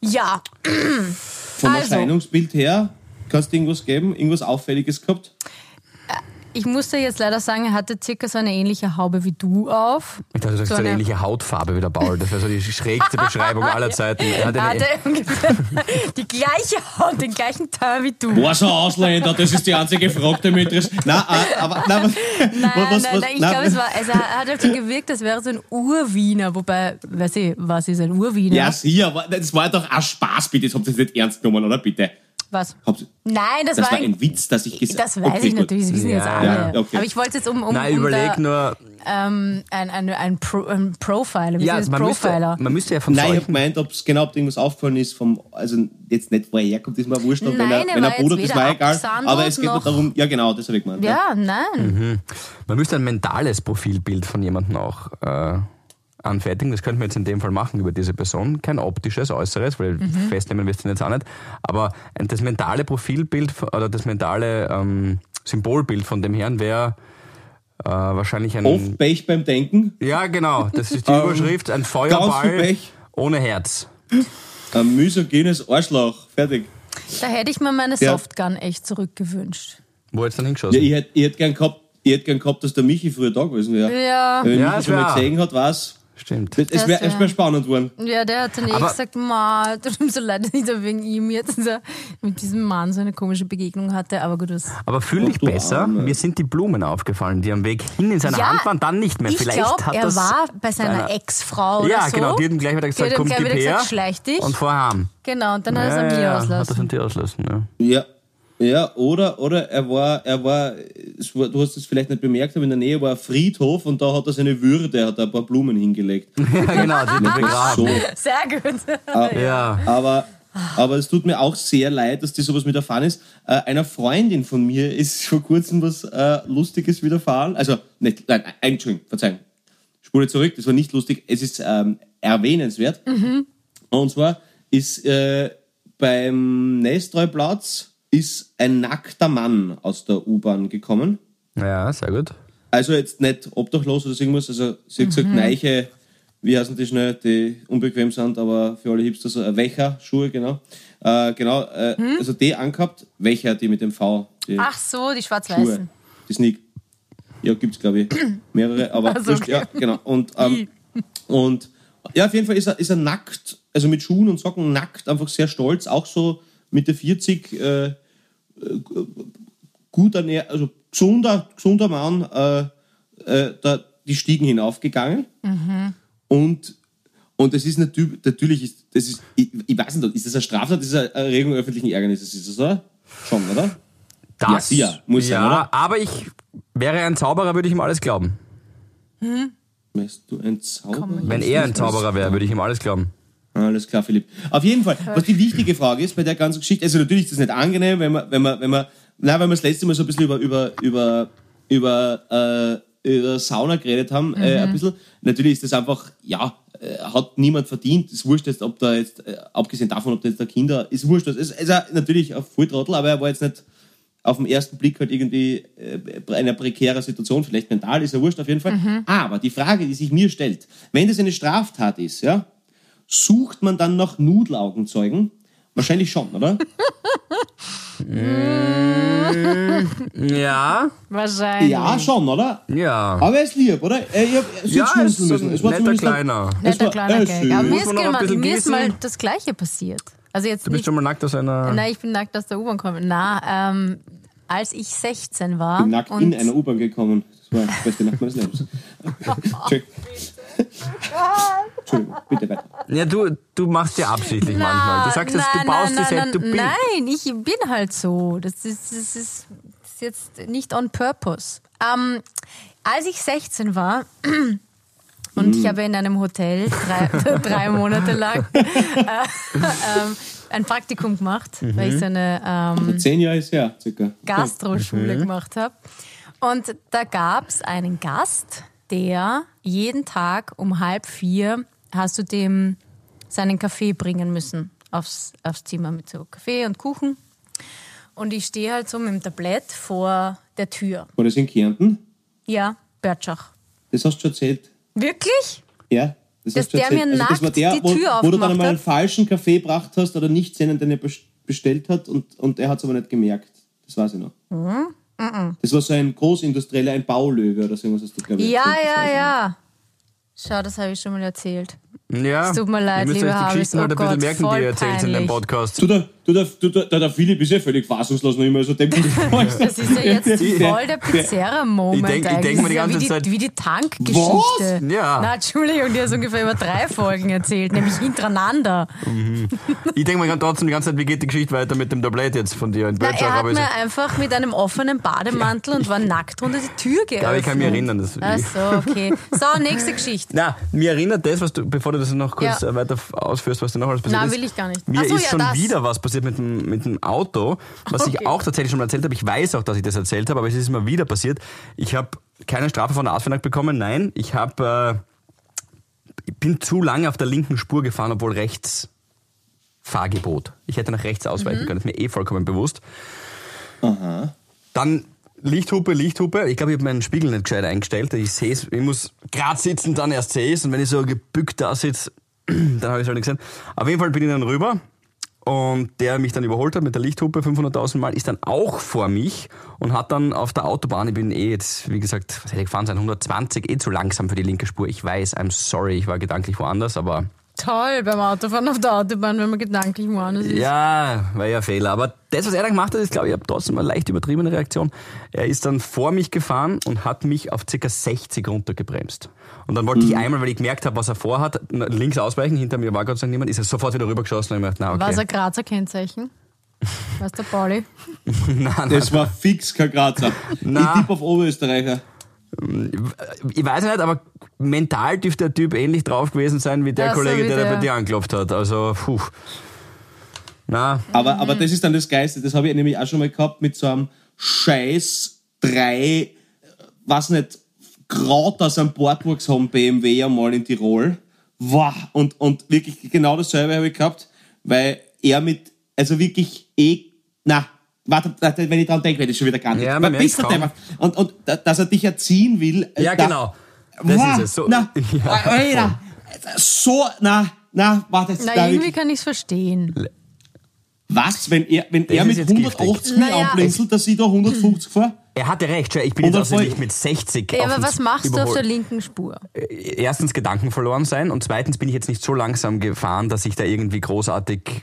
E: Ja,
C: Vom
E: Also.
C: Erscheinungsbild her, kannst du irgendwas geben? Irgendwas Auffälliges gehabt?
E: ich muss dir jetzt leider sagen, er hatte circa so eine ähnliche Haube wie du auf.
D: Ich dachte, du sagst so eine ähnliche Hautfarbe wie der Paul. Das wäre so die schrägste Beschreibung
E: Ah,
D: aller Zeiten. Er hat
E: Er hatte
D: eine,
E: ungefähr die gleiche Haut, den gleichen Teil wie du.
C: Boah, so Ausländer, das ist die einzige Frage, die mich interessiert. Nein, äh, aber, nein, was,
E: Nein,
C: was,
E: nein,
C: was,
E: nein, ich glaube, es war, also er hat halt so gewirkt, als wäre so ein Urwiener, wobei, weiß ich, was ist ein Urwiener?
C: Ja, sicher, aber das war doch auch Spaß, bitte. Das habt ihr jetzt nicht ernst genommen, oder? Bitte.
E: Was?
C: Habt-
E: Nein, das,
C: Das
E: war
C: war ein Witz, dass ich gesagt
E: Das weiß
C: Okay,
E: ich
C: gut.
E: natürlich, das wissen jetzt
D: Ja,
E: alle.
C: ja, okay.
E: Aber ich wollte jetzt um, um,
D: Nein,
E: um
D: überleg
E: da,
D: nur.
E: ähm, ein, ein, ein, Pro, ein Profiler, wie
D: Ja, also
E: ist das?
D: man müsste, Mhm.
E: Profiler.
D: man müsste ja von
C: Nein, ich habe
D: solchen.
C: gemeint, ob es genau ob irgendwas aufgefallen ist, vom, also jetzt nicht, wo er herkommt, ist mir wurscht, und wenn er,
E: Nein, er
C: wenn er
E: war
C: Bruder,
E: jetzt
C: das war
E: weder
C: egal.
E: abgesandelt
C: Aber es geht nur
E: noch-
C: darum, ja genau, das habe ich gemeint. ja.
E: ja,
D: Mhm.
E: nein.
D: Man müsste ein mentales Profilbild von jemandem auch äh, anfertigen. Das könnten wir jetzt in dem Fall machen über diese Person. Kein optisches Äußeres, weil
E: Mhm.
D: festnehmen wirst du ihn jetzt auch nicht. Aber ein- das mentale Profilbild f- oder das mentale ähm, Symbolbild von dem Herrn wäre äh, wahrscheinlich ein.
C: Oft Pech beim Denken,
D: Ja, genau. Das ist die
C: Ähm,
D: Überschrift. Ein
C: viel
D: Feuerball
C: Pech.
D: ohne Herz.
C: ein misogynes Arschloch, fertig.
E: Da hätte ich mir meine
C: Ja.
E: Softgun echt zurückgewünscht.
D: Wo jetzt dann
C: Ja,
D: hingeschossen?
C: ich hätte ich hätt gern gehabt, ich hätt gern gehabt, dass der Michi früher da gewesen wäre.
E: Ja,
C: Wenn
D: Ja,
C: Michi
D: es
C: schon mal
D: wär-
C: gesehen hat, was.
D: Stimmt.
C: Es wäre
E: wär-
C: wär spannend geworden.
E: ja der hat dann eh
D: Aber-
E: gesagt, ma, tut mir so leid, dass ich da wegen ihm jetzt so mit diesem Mann so eine komische Begegnung hatte. Aber gut, das
D: Aber fühl dich
C: Ach, du
D: besser.
C: Arme.
D: Mir sind die Blumen aufgefallen, die am Weg hin in seiner
E: Ja,
D: Hand waren, dann nicht mehr.
E: ich
D: Vielleicht
E: glaube,
D: hat
E: er
D: das
E: war bei seiner
D: deiner-
E: Ex-Frau
D: Ja,
E: oder so.
D: genau. Die hat ihm gleich wieder
E: Die hat
D: gesagt,
E: ihm
D: komm,
E: gleich
D: gib
E: wieder
D: her.
E: gesagt, schleich dich.
D: Und vorhaben.
E: Genau, und dann hat er es an
D: ja,
E: mir
D: ja, Hat das
E: auslassen.
D: an dir auslassen, ja.
C: Ja. Ja, oder, oder er war, er war, es war, du hast es vielleicht nicht bemerkt, aber in der Nähe war ein Friedhof und da hat er seine Würde, hat er ein paar Blumen hingelegt.
D: ja, genau. Die hat Ah. ihn
C: So.
D: begraben.
E: Sehr gut.
D: Ja.
C: Aber, aber es tut mir auch sehr leid, dass dir sowas widerfahren ist. Äh, einer Freundin von mir ist vor kurzem was äh, Lustiges widerfahren. Also, nicht, nein, äh, Entschuldigung, Verzeihung. Spule zurück, das war nicht lustig, es ist ähm, erwähnenswert. Und zwar ist äh, beim Nestroyplatz ist ein nackter Mann aus der U-Bahn gekommen.
D: ja, sehr gut.
C: Also jetzt nicht obdachlos oder so irgendwas, also sie hat gesagt, Neiche, wie heißen die schnell, die unbequem sind, aber für alle Hipster so, äh, Wächer, Schuhe, genau. Äh, genau, äh, also die angehabt, Wächer, die mit dem V, die
E: Ach so, die
C: Schuhe,
E: schwarz-weißen.
C: die Sneak. Ja, gibt's glaube ich mehrere, aber
E: Also,
C: wurscht,
E: okay.
C: ja, genau. Und, ähm, und ja, auf jeden Fall ist er, ist er nackt, also mit Schuhen und Socken nackt, einfach sehr stolz, auch so Mitte 40, äh, äh, gut ernährt, also gesunder, gesunder Mann, äh, äh, da, die Stiegen hinaufgegangen. Und und das ist natürlich, natürlich ist, das ist, ich, ich weiß nicht, ist das eine Straftat, ist das eine Erregung öffentlichen Ärgernisses, ist das, oder? Schon, oder?
D: Das,
C: Ja, sicher. Muss
D: ja,
C: sein, oder?
D: aber ich wäre ein Zauberer, würde ich ihm alles glauben.
C: Weißt du, ein Zauberer?
D: Wenn er ein Zauberer wäre, würde ich ihm alles glauben.
C: Alles klar, Philipp. Auf jeden Fall, was die wichtige Frage ist bei der ganzen Geschichte, also natürlich ist das nicht angenehm, wenn man, wenn man, wenn man, nein, wenn wir das letzte Mal so ein bisschen über, über, über, über, äh, über Sauna geredet haben, äh, ein bisschen, natürlich ist das einfach, ja, äh, hat niemand verdient, ist wurscht jetzt, ob da jetzt, äh, abgesehen davon, ob da jetzt der Kinder, ist wurscht, was ist, ist er natürlich ein Volltrottel, aber er war jetzt nicht, auf den ersten Blick halt irgendwie äh, in einer prekärer Situation, vielleicht mental, ist ja wurscht auf jeden Fall. Aber die Frage, die sich mir stellt, wenn das eine Straftat ist, ja, sucht man dann nach Nudelaugenzeugen? Wahrscheinlich schon, oder?
D: Ja,
E: Wahrscheinlich.
C: ja, schon, oder?
D: ja.
C: Aber er ist lieb, oder? Äh, Ich hab, er ist
D: ja,
C: jetzt
D: er ist
C: schmunzeln
D: so
C: müssen.
D: ein
C: Es war
D: netter
C: zumindest ein-
D: Kleiner.
C: Es
E: Netter
C: war-
E: kleiner
C: äh,
E: Gag. Aber mir
D: Muss
E: ist,
D: man noch ein
E: gemacht,
D: bisschen
E: mir ist mal
D: gießen?
E: das Gleiche passiert. Also jetzt
D: Du bist
E: nicht,
D: schon mal nackt aus einer...
E: nein, ich bin nackt aus der U-Bahn gekommen. Na, ähm, als ich 16 war
C: bin nackt
E: und
C: in einer U-Bahn gekommen. Das war die beste Nacht meines Lebens. Entschuldigung. Entschuldigung, bitte weiter.
D: Ja, du, du machst ja absichtlich manchmal. Du sagst, jetzt, du
E: Nein,
D: baust
E: nein,
D: die
E: nein,
D: Set, du
E: nein,
D: bist.
E: Nein, ich bin halt so. Das ist, das ist, das ist jetzt nicht on purpose. Ähm, als ich 16 war und
C: Mhm.
E: ich habe in einem Hotel drei, drei Monate lang äh, ähm, ein Praktikum gemacht, weil
C: Mhm.
E: ich so eine ähm,
C: Zehn Jahre ist her, circa.
E: Gastroschule gemacht habe. Und da gab es einen Gast, der jeden Tag um halb vier hast du dem seinen Kaffee bringen müssen aufs, aufs Zimmer mit so Kaffee und Kuchen. Und ich stehe halt so mit dem Tablett vor der Tür.
C: War das in Kärnten?
E: Ja, Bertschach.
C: Das hast du schon erzählt.
E: Wirklich?
C: Ja. Das
E: Dass
C: hast du
E: der
C: erzählt. Also
E: mir
C: das war
E: nackt
C: der,
E: die
C: wo,
E: Tür
C: wo du dann
E: aufgemacht
C: einmal einen
E: hat.
C: falschen Kaffee gebracht hast oder nicht einen, den er bes- bestellt hat und, und er hat es aber nicht gemerkt. Das weiß ich noch.
E: Mhm,
C: Das war so ein großindustrieller, ein Baulöwe oder so irgendwas, hast du glaube ich.
E: Ja,
C: erzählt. Das
E: ja,
C: weiß ich
E: ja. Schau, das habe ich schon mal erzählt.
D: Ja,
E: Es tut mir
D: ihr
E: leid,
D: müsst
E: lieber
D: euch die
E: Harvis.
D: Geschichten
E: Oh
D: halt ein bisschen
E: Gott,
D: merken, die
E: voll
D: ihr erzählt in dem
E: peinlich.
D: Podcast.
C: noch. Du, da, Du, der, du, der, der Philipp ist ja völlig fassungslos noch immer, also dem
E: Das ist ja jetzt voll der
D: Ich
E: Pizzerra-Moment
D: denk- ich
E: eigentlich.
D: denk mir die
E: Das
D: ganze
E: ist ja wie,
D: Zeit-
E: die, wie die Tankgeschichte.
D: Was? Ja.
E: Na, Entschuldigung, die hast ungefähr über drei Folgen erzählt, nämlich hintereinander.
D: Ich denke mir ganz trotzdem die ganze Zeit, wie geht die Geschichte weiter mit dem Tablett jetzt von dir in
E: Na,
D: Böttcher?
E: er hat
D: Aber, ich-
E: mir einfach mit einem offenen Bademantel und war nackt unter die Tür geöffnet.
D: aber ich kann mich erinnern. Das
E: Ach so, okay. So, nächste Geschichte.
D: Na, mir erinnert das, was du, bevor du das noch kurz
E: Ja.
D: äh, weiter f- ausführst, was da noch alles passiert
E: Nein,
D: ist.
E: will ich gar nicht.
D: Mir
E: Ach so,
D: ist
E: ja,
D: schon
E: das.
D: wieder was passiert mit dem, mit dem Auto, was
E: Okay.
D: ich auch tatsächlich schon mal erzählt habe. Ich weiß auch, dass ich das erzählt habe, aber es ist mir wieder passiert. Ich habe keine Strafe von der ASFINAG bekommen, nein. Ich habe, äh, ich bin zu lange auf der linken Spur gefahren, obwohl rechts Fahrgebot. Ich hätte nach rechts ausweichen
E: Mhm.
D: können, ist mir eh vollkommen bewusst. Dann Lichthupe, Lichthupe. Ich glaube, ich habe meinen Spiegel nicht gescheit eingestellt. Ich sehe es, ich muss gerade sitzen, dann erst sehe ich es. Und wenn ich so gebückt da sitze, dann habe ich es halt nicht gesehen. Auf jeden Fall bin ich dann rüber. Und der mich dann überholt hat mit der Lichthupe 500.000 Mal, ist dann auch vor mich und hat dann auf der Autobahn, ich bin eh jetzt, wie gesagt, was hätte ich gefahren sein, 120, eh zu langsam für die linke Spur. Ich weiß, I'm sorry, ich war gedanklich woanders, aber
E: Toll beim Autofahren auf der Autobahn, wenn man gedanklich woanders ist.
D: ja, war ja ein Fehler. Aber das, was er dann gemacht hat, ist, glaube ich, ich habe trotzdem eine leicht übertriebene Reaktion. Er ist dann vor mich gefahren und hat mich auf ca. 60 runtergebremst. Und dann wollte
E: Mhm.
D: ich einmal, weil ich gemerkt habe, was er vorhat, na, links ausweichen, hinter mir war Gott sei Dank niemand, ist er sofort wieder rübergeschossen und ich hab mir
E: War es
D: gedacht,
E: ein Grazer Kennzeichen? Was der Pauli?
D: na, okay. Nein, nein.
C: Das war fix kein Grazer.
D: Na.
C: Ich tippe auf Oberösterreicher.
D: Ich weiß nicht, aber mental dürfte der Typ ähnlich drauf gewesen sein wie der
E: Ja, so
D: Kollege,
E: wie
D: der, da bei
E: der.
D: dir angeklopft hat. Also, puh. Na,
C: Aber,
E: Mhm.
C: aber das ist dann das Geiste. Das habe ich nämlich auch schon mal gehabt mit so einem Scheiß 3, was nicht, Kraut aus einem Bortwurz haben BMW einmal in Tirol. Wow. Und, und wirklich genau dasselbe habe ich gehabt, weil er mit, also wirklich eh, na, warte, warte, wenn ich dran denke, werde ich schon wieder gar nicht.
D: Ja, man
C: Weil
D: merkt
C: bist du
D: kaum.
C: deppert. Und, und da- dass er dich erziehen will. äh,
D: ja,
C: da-
D: genau. Das
C: Wow,
D: ist es. So,
C: Na,
D: Ja.
C: Alter, so, na, na, warte. da
E: Na, irgendwie
C: wirklich-
E: kann ich es verstehen.
C: was, wenn er, wenn er
D: ist
C: mit
D: jetzt
C: 180
D: giftig.
C: mich
E: Naja.
C: anblinzelt, dass ich da 150 fahre?
D: Er hatte recht, ich bin jetzt
C: Und
D: also
C: voll-
D: nicht mit 60
E: Ja,
D: auf
E: aber
D: den Äh,
E: was machst du auf
D: überholt.
E: der linken Spur?
D: erstens Gedanken verloren sein und zweitens bin ich jetzt nicht so langsam gefahren, dass ich da irgendwie großartig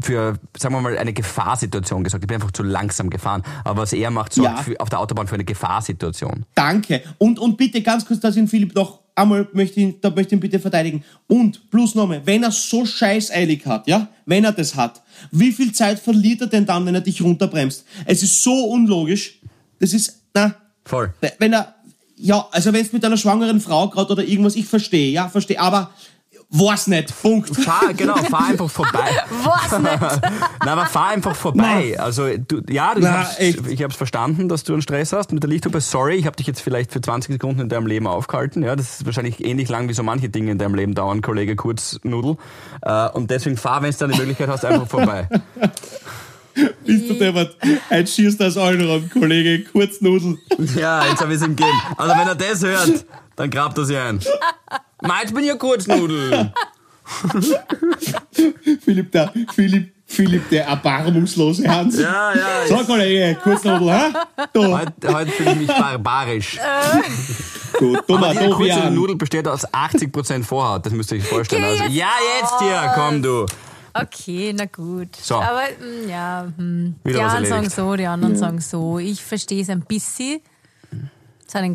D: für, sagen wir mal, eine Gefahrsituation gesorgt. Ich bin einfach zu langsam gefahren. Aber was er macht, sorgt
C: Ja.
D: für, auf der Autobahn für eine Gefahrsituation.
C: Danke. Und, und bitte ganz kurz, dass ihn Philipp noch einmal möchte, ihn- da möchte ich ihn bitte verteidigen. Und plus nochmal, wenn er so scheißeilig hat, ja, wenn er das hat, wie viel Zeit verliert er denn dann, wenn er dich runterbremst? Es ist so unlogisch. Das ist, na,
D: Voll.
C: wenn er, ja, also wenn es mit einer schwangeren Frau gerade oder irgendwas, ich verstehe, ja, verstehe, aber war's nicht, Punkt.
D: Fahr, genau, fahr einfach vorbei.
E: Was ne? nicht?
D: Nein, aber fahr einfach vorbei. Also, du, ja, du,
C: Na,
D: ich
C: echt.
D: hab's- ich habe es verstanden, dass du einen Stress hast mit der Lichthupe. Sorry, ich habe dich jetzt vielleicht für 20 Sekunden in deinem Leben aufgehalten. Ja, das ist wahrscheinlich ähnlich lang, wie so manche Dinge in deinem Leben dauern, Kollege Kurznudel. Äh, und deswegen fahr, wenn es da eine Möglichkeit hast, einfach vorbei.
C: Bist du deppert? Ein Schieß das allen rum, Kollege, Kurznudel.
D: Ja, jetzt habe ich es ihm gegeben. Also wenn er das hört, dann grabt er sich ein. Meins bin ja Kurznudel.
C: Philipp, der, Philipp, Philipp, der erbarmungslose Hans.
D: Ja, ja. Halt,
C: So, Kollege, Kurznudel, hä? Du,
D: Heute, heute fühle ich mich barbarisch.
C: du dummer
D: Aber diese kurze
C: Dovian.
D: Nudel besteht aus 80% Vorhaut, das müsst ihr euch vorstellen.
E: Geh
D: Also,
E: jetzt
D: ja, jetzt hier, komm du.
E: Okay, na gut.
D: So.
E: Aber mm, ja, hm. die
D: Wieder was
E: einen sagen
D: erledigt.
E: so, die anderen sagen so. Ich verstehe es ein bisschen. Seinen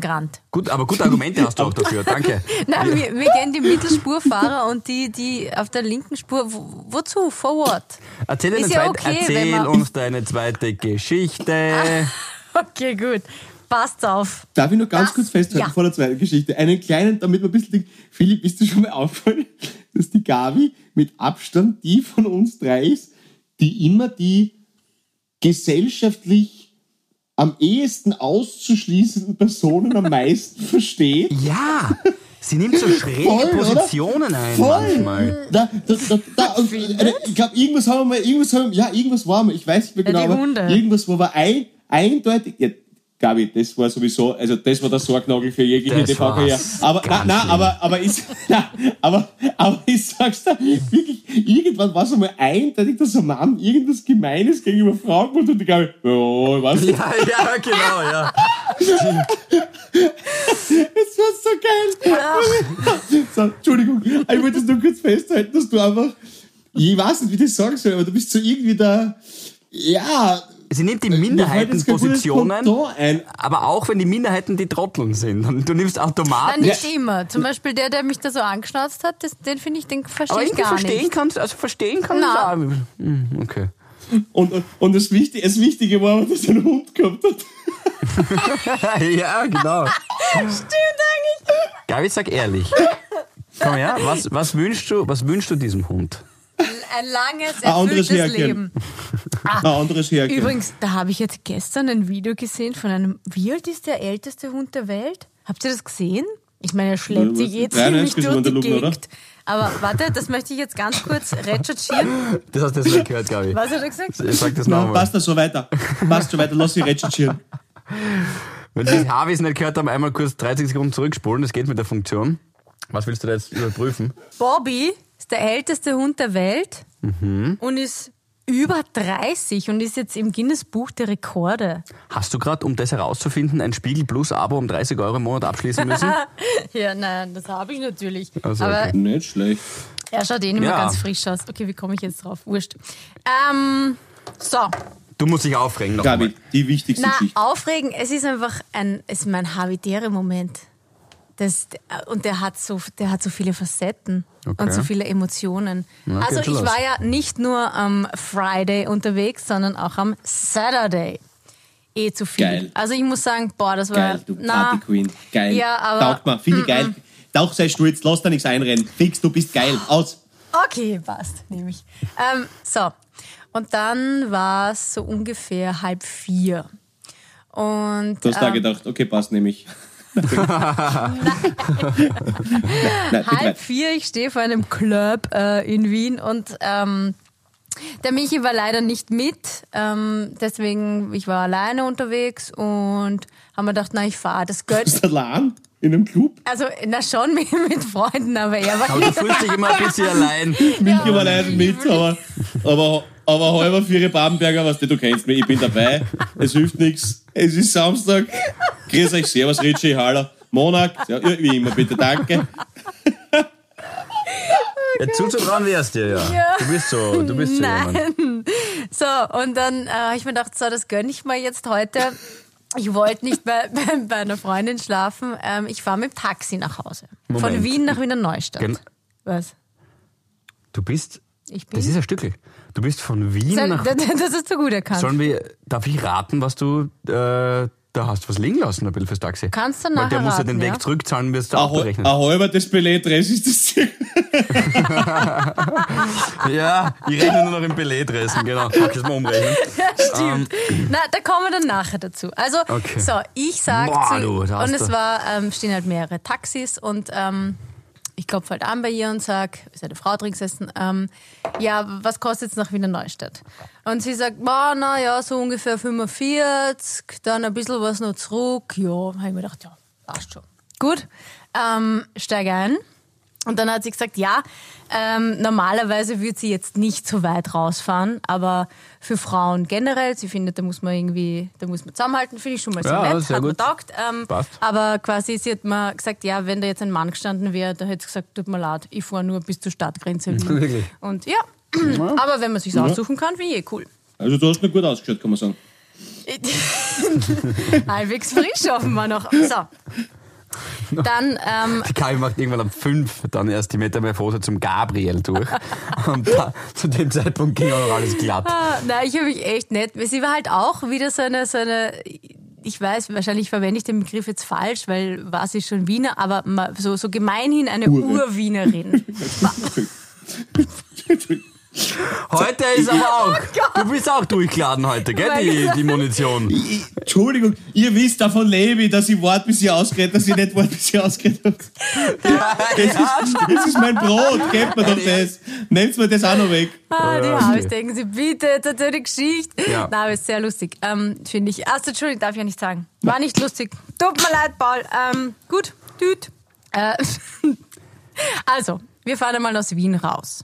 E: Grand.
D: Gut, aber gute Argumente hast du auch dafür, danke.
E: Nein, wir, wir gehen die Mittelspurfahrer und die, die auf der linken Spur. Wo, wozu? Forward.
D: Erzähl,
E: Ist
D: eine
E: ja
D: zweite,
E: okay, wenn
D: erzähl
E: man- Ah.
D: uns deine zweite Geschichte.
E: Okay, gut. Passt auf.
C: Darf ich nur ganz
E: Was?
C: kurz festhalten
E: Ja.
C: vor der zweiten Geschichte? Einen kleinen, damit man ein bisschen denkt, Philipp, ist dir schon mal aufgefallen, dass die Gabi mit Abstand die von uns drei ist, die immer die gesellschaftlich am ehesten auszuschließenden Personen am meisten versteht?
D: Ja, sie nimmt so schräge
C: Voll, oder?
D: Positionen ein
C: Voll.
D: manchmal.
C: Da, da, da, da, und, äh, ich glaube, irgendwas haben wir mal, irgendwas haben, ja, irgendwas war mal, ich weiß nicht mehr
E: Ja,
C: genau,
E: die Hunde.
C: aber irgendwas, wo wir ein, eindeutig, ja, Gabi, das war sowieso, also das war der Sorgnagel für jegliche
D: Das
C: TV-Karriere.
D: war's.
C: Aber,
D: Ganz
C: na, na,
D: schlimm.
C: aber, aber ich, na, aber, aber ich sag's dir, wirklich, irgendwann war es einmal eindeutig, dass ein Mann irgendwas Gemeines gegenüber Frauen macht und die Gabi, oh, was?
D: Ja, ja, genau, ja.
C: Das war so
E: Ah.
C: geil. so, Entschuldigung, ich wollte es nur kurz festhalten, dass du einfach ich weiß nicht, wie das sagen soll, aber du bist so irgendwie da, ja,
D: Sie nimmt die
C: mir fällt jetzt kein gutes
D: Minderheitenpositionen,
C: Pendant ein.
D: aber auch wenn die Minderheiten die Trotteln sind. Und du nimmst
E: Nein,
D: Automaten.
E: nicht immer. Zum Beispiel der, der mich da so angeschnauzt hat, das, den finde ich, den verstehe
D: aber
E: ich
D: irgendwie
E: gar
D: verstehen
E: nicht.
D: kannst, also verstehen kannst du auch.
E: Na.
D: Hm, Okay.
C: Und, und, und das, Wichtige, das Wichtige war, aber, dass er einen Hund gehabt hat.
D: ja, genau. Stimmt eigentlich. Gabi, sag ehrlich. Komm her, was, was, wünschst du, was wünschst du diesem Hund?
E: Ein langes,
C: Ein anderes
E: erfülltes
C: Herrchen.
E: Leben.
C: Ein anderes Herrchen.
E: Ah. Übrigens, da habe ich jetzt gestern ein Video gesehen von einem, wie alt ist der älteste Hund der Welt? Habt ihr das gesehen? Ich meine, er
C: Ja,
E: schleppt sich
C: was-
E: jetzt
C: Nein, nein,
E: ziemlich
C: ist
E: durch die
C: gesund, der Lugen, oder?
E: Gegend. Aber warte, das möchte ich jetzt ganz kurz recherchieren.
D: Das hast du jetzt nicht gehört, Gabi.
E: Was hat er gesagt?
D: Sag das
C: Na,
D: nochmal.
C: passt das so weiter. Passt schon weiter, lass sie recherchieren.
D: Wenn Sie die Harvis nicht gehört haben, einmal kurz 30 Sekunden zurückspulen, das geht mit der Funktion. Was willst du da jetzt überprüfen?
E: Bobby ist der älteste Hund der Welt
D: Mhm.
E: und ist über 30 und ist jetzt im Guinness Buch der Rekorde.
D: Hast du gerade, um das herauszufinden, ein Spiegel Plus Abo um 30 Euro im Monat abschließen müssen?
E: Ja, nein, das habe ich natürlich.
D: Also,
E: Aber
D: okay.
C: Nicht schlecht.
E: er schaut eh nicht mehr
D: Ja.
E: ganz frisch aus. Okay, wie komme ich jetzt drauf? Wurscht. Ähm, so,
D: Du musst dich aufregen noch
C: Gabi,
D: einmal.
C: die wichtigste
E: Na,
C: Geschichte.
E: aufregen, es ist einfach ein, es ist mein habitäre Moment. Das, und der hat so, der hat so viele Facetten
D: Okay.
E: und so viele Emotionen.
D: Na,
E: also
D: geht schon
E: ich
D: los.
E: war ja nicht nur am Friday unterwegs, sondern auch am Saturday. Eh zu viel.
C: Geil.
E: Also ich muss sagen, boah, das war
C: Geil, du
E: also, na,
C: Party Queen. Geil.
E: Ja, aber
C: Taugt mir. Finde ich geil. Tauch sei stolz, lass da nichts einrennen. Fix, du bist geil. Aus.
E: Okay, passt, nehme ich. Ähm, so, und dann war es so ungefähr halb vier. Und
C: Du hast da gedacht, okay, passt nämlich. Nein, bitte
E: halb
C: weiter.
E: vier, ich stehe vor einem Club äh, in Wien und ähm, der Michi war leider nicht mit, ähm, deswegen ich war alleine unterwegs und haben mir gedacht, na ich fahre, das gehört.
C: Bist du allein in einem Club?
E: Also na schon mit, mit Freunden, aber er war
D: Aber du fühlst dich immer ein bisschen allein.
C: Mich ja, leider mit, aber, aber, aber halber für ihre Babenberger, was du kennst mich, ich bin dabei, es hilft nichts, es ist Samstag, grüß euch, servus, Ritschi, hallo, Monak, ja, wie immer, bitte, danke.
D: Ja, zuzutrauen wär's dir, ja. Du bist so, du bist so jemand.
E: So, und dann äh, habe ich mir gedacht, so, das gönne ich mir jetzt heute. Ich wollte nicht bei, bei, bei einer Freundin schlafen. Ähm, ich fahre mit dem Taxi nach Hause.
D: Moment.
E: Von Wien nach Wiener Neustadt.
D: Gen-
E: Was?
D: Du bist,
E: Ich bin.
D: das ist ein Stückel. Du bist von Wien
E: Soll-
D: nach...
E: das, das ist so gut erkannt.
D: Sollen wir, darf ich raten, was du äh, da hast was liegen lassen, ein bisschen fürs Taxi?
E: Kannst du
D: Weil der
E: nachher
D: muss ja
E: raten,
D: den Weg
E: ja?
D: zurückzahlen, wirst du
C: Ein hal- ein
D: abgerechnet.
C: halber das Beletress ist das Ziel.
D: Ja, ich rechne nur noch im Beletdressen, genau. Ich muss mal umrechnen.
E: Stimmt. Na, da kommen wir dann nachher dazu. Also,
D: Okay.
E: so, ich sag
D: Boah,
E: zu,
D: du, da hast
E: und es
D: du-
E: war, ähm, stehen halt mehrere Taxis und ähm, ich klopfe halt an bei ihr und sag, ist eine Frau drin gesessen, ähm, ja, was kostet es nach Wiener Neustadt? Und sie sagt, boah, na ja, so ungefähr 45, dann ein bisschen was noch zurück. Ja, habe ich mir gedacht, ja, passt schon. Gut, ähm, steige ein. Und dann hat sie gesagt, ja, ähm, normalerweise würde sie jetzt nicht so weit rausfahren, aber für Frauen generell, sie findet, da muss man irgendwie, da muss man zusammenhalten, finde ich schon mal so
D: Ja,
E: nett,
D: sehr
E: hat mir
D: gut.
E: taugt. Ähm,
D: Passt.
E: aber quasi, sie hat mir gesagt, ja, wenn da jetzt ein Mann gestanden wäre, da hätte sie gesagt, tut mir leid, ich fahre nur bis zur Stadtgrenze. Wien.
D: Wirklich?
E: Und ja, aber wenn man sich aussuchen kann, finde ich eh cool.
C: Also du hast noch gut ausgeschaut, kann man sagen.
E: Halbwegs frisch offenbar noch. So. Dann ähm,
D: Die Kai macht irgendwann ab 5 dann erst die Metamorphose zum Gabriel durch. Und da, zu dem Zeitpunkt ging auch noch alles glatt.
E: Ah, Nein, ich habe mich echt nett. Sie war halt auch wieder so eine, so eine, ich weiß, wahrscheinlich verwende ich den Begriff jetzt falsch, weil war sie schon Wiener, aber ma- so, so gemeinhin eine Urwienerin.
D: Heute ist aber auch,
E: Oh
D: du bist auch durchgeladen heute, gell, die, die Munition.
C: Ich, ich, Entschuldigung, ihr wisst, davon lebe ich, dass ich wart, bis ihr ausgeredet, dass ich nicht wart, bis ihr ausgeredet habt. Das ist, das ist mein Brot, gebt mir doch das. Nehmt mir das auch noch weg.
E: Ah, die
D: Ja,
E: habe ich,
D: okay.
E: denken Sie, bitte, das ist eine Geschichte.
D: Ja.
E: Nein, aber ist sehr lustig, ähm, finde ich. Achso, Entschuldigung, darf ich ja nicht sagen. War nicht lustig. Tut mir leid, Paul. Ähm, gut, tüt. Äh, also, wir fahren einmal aus Wien raus.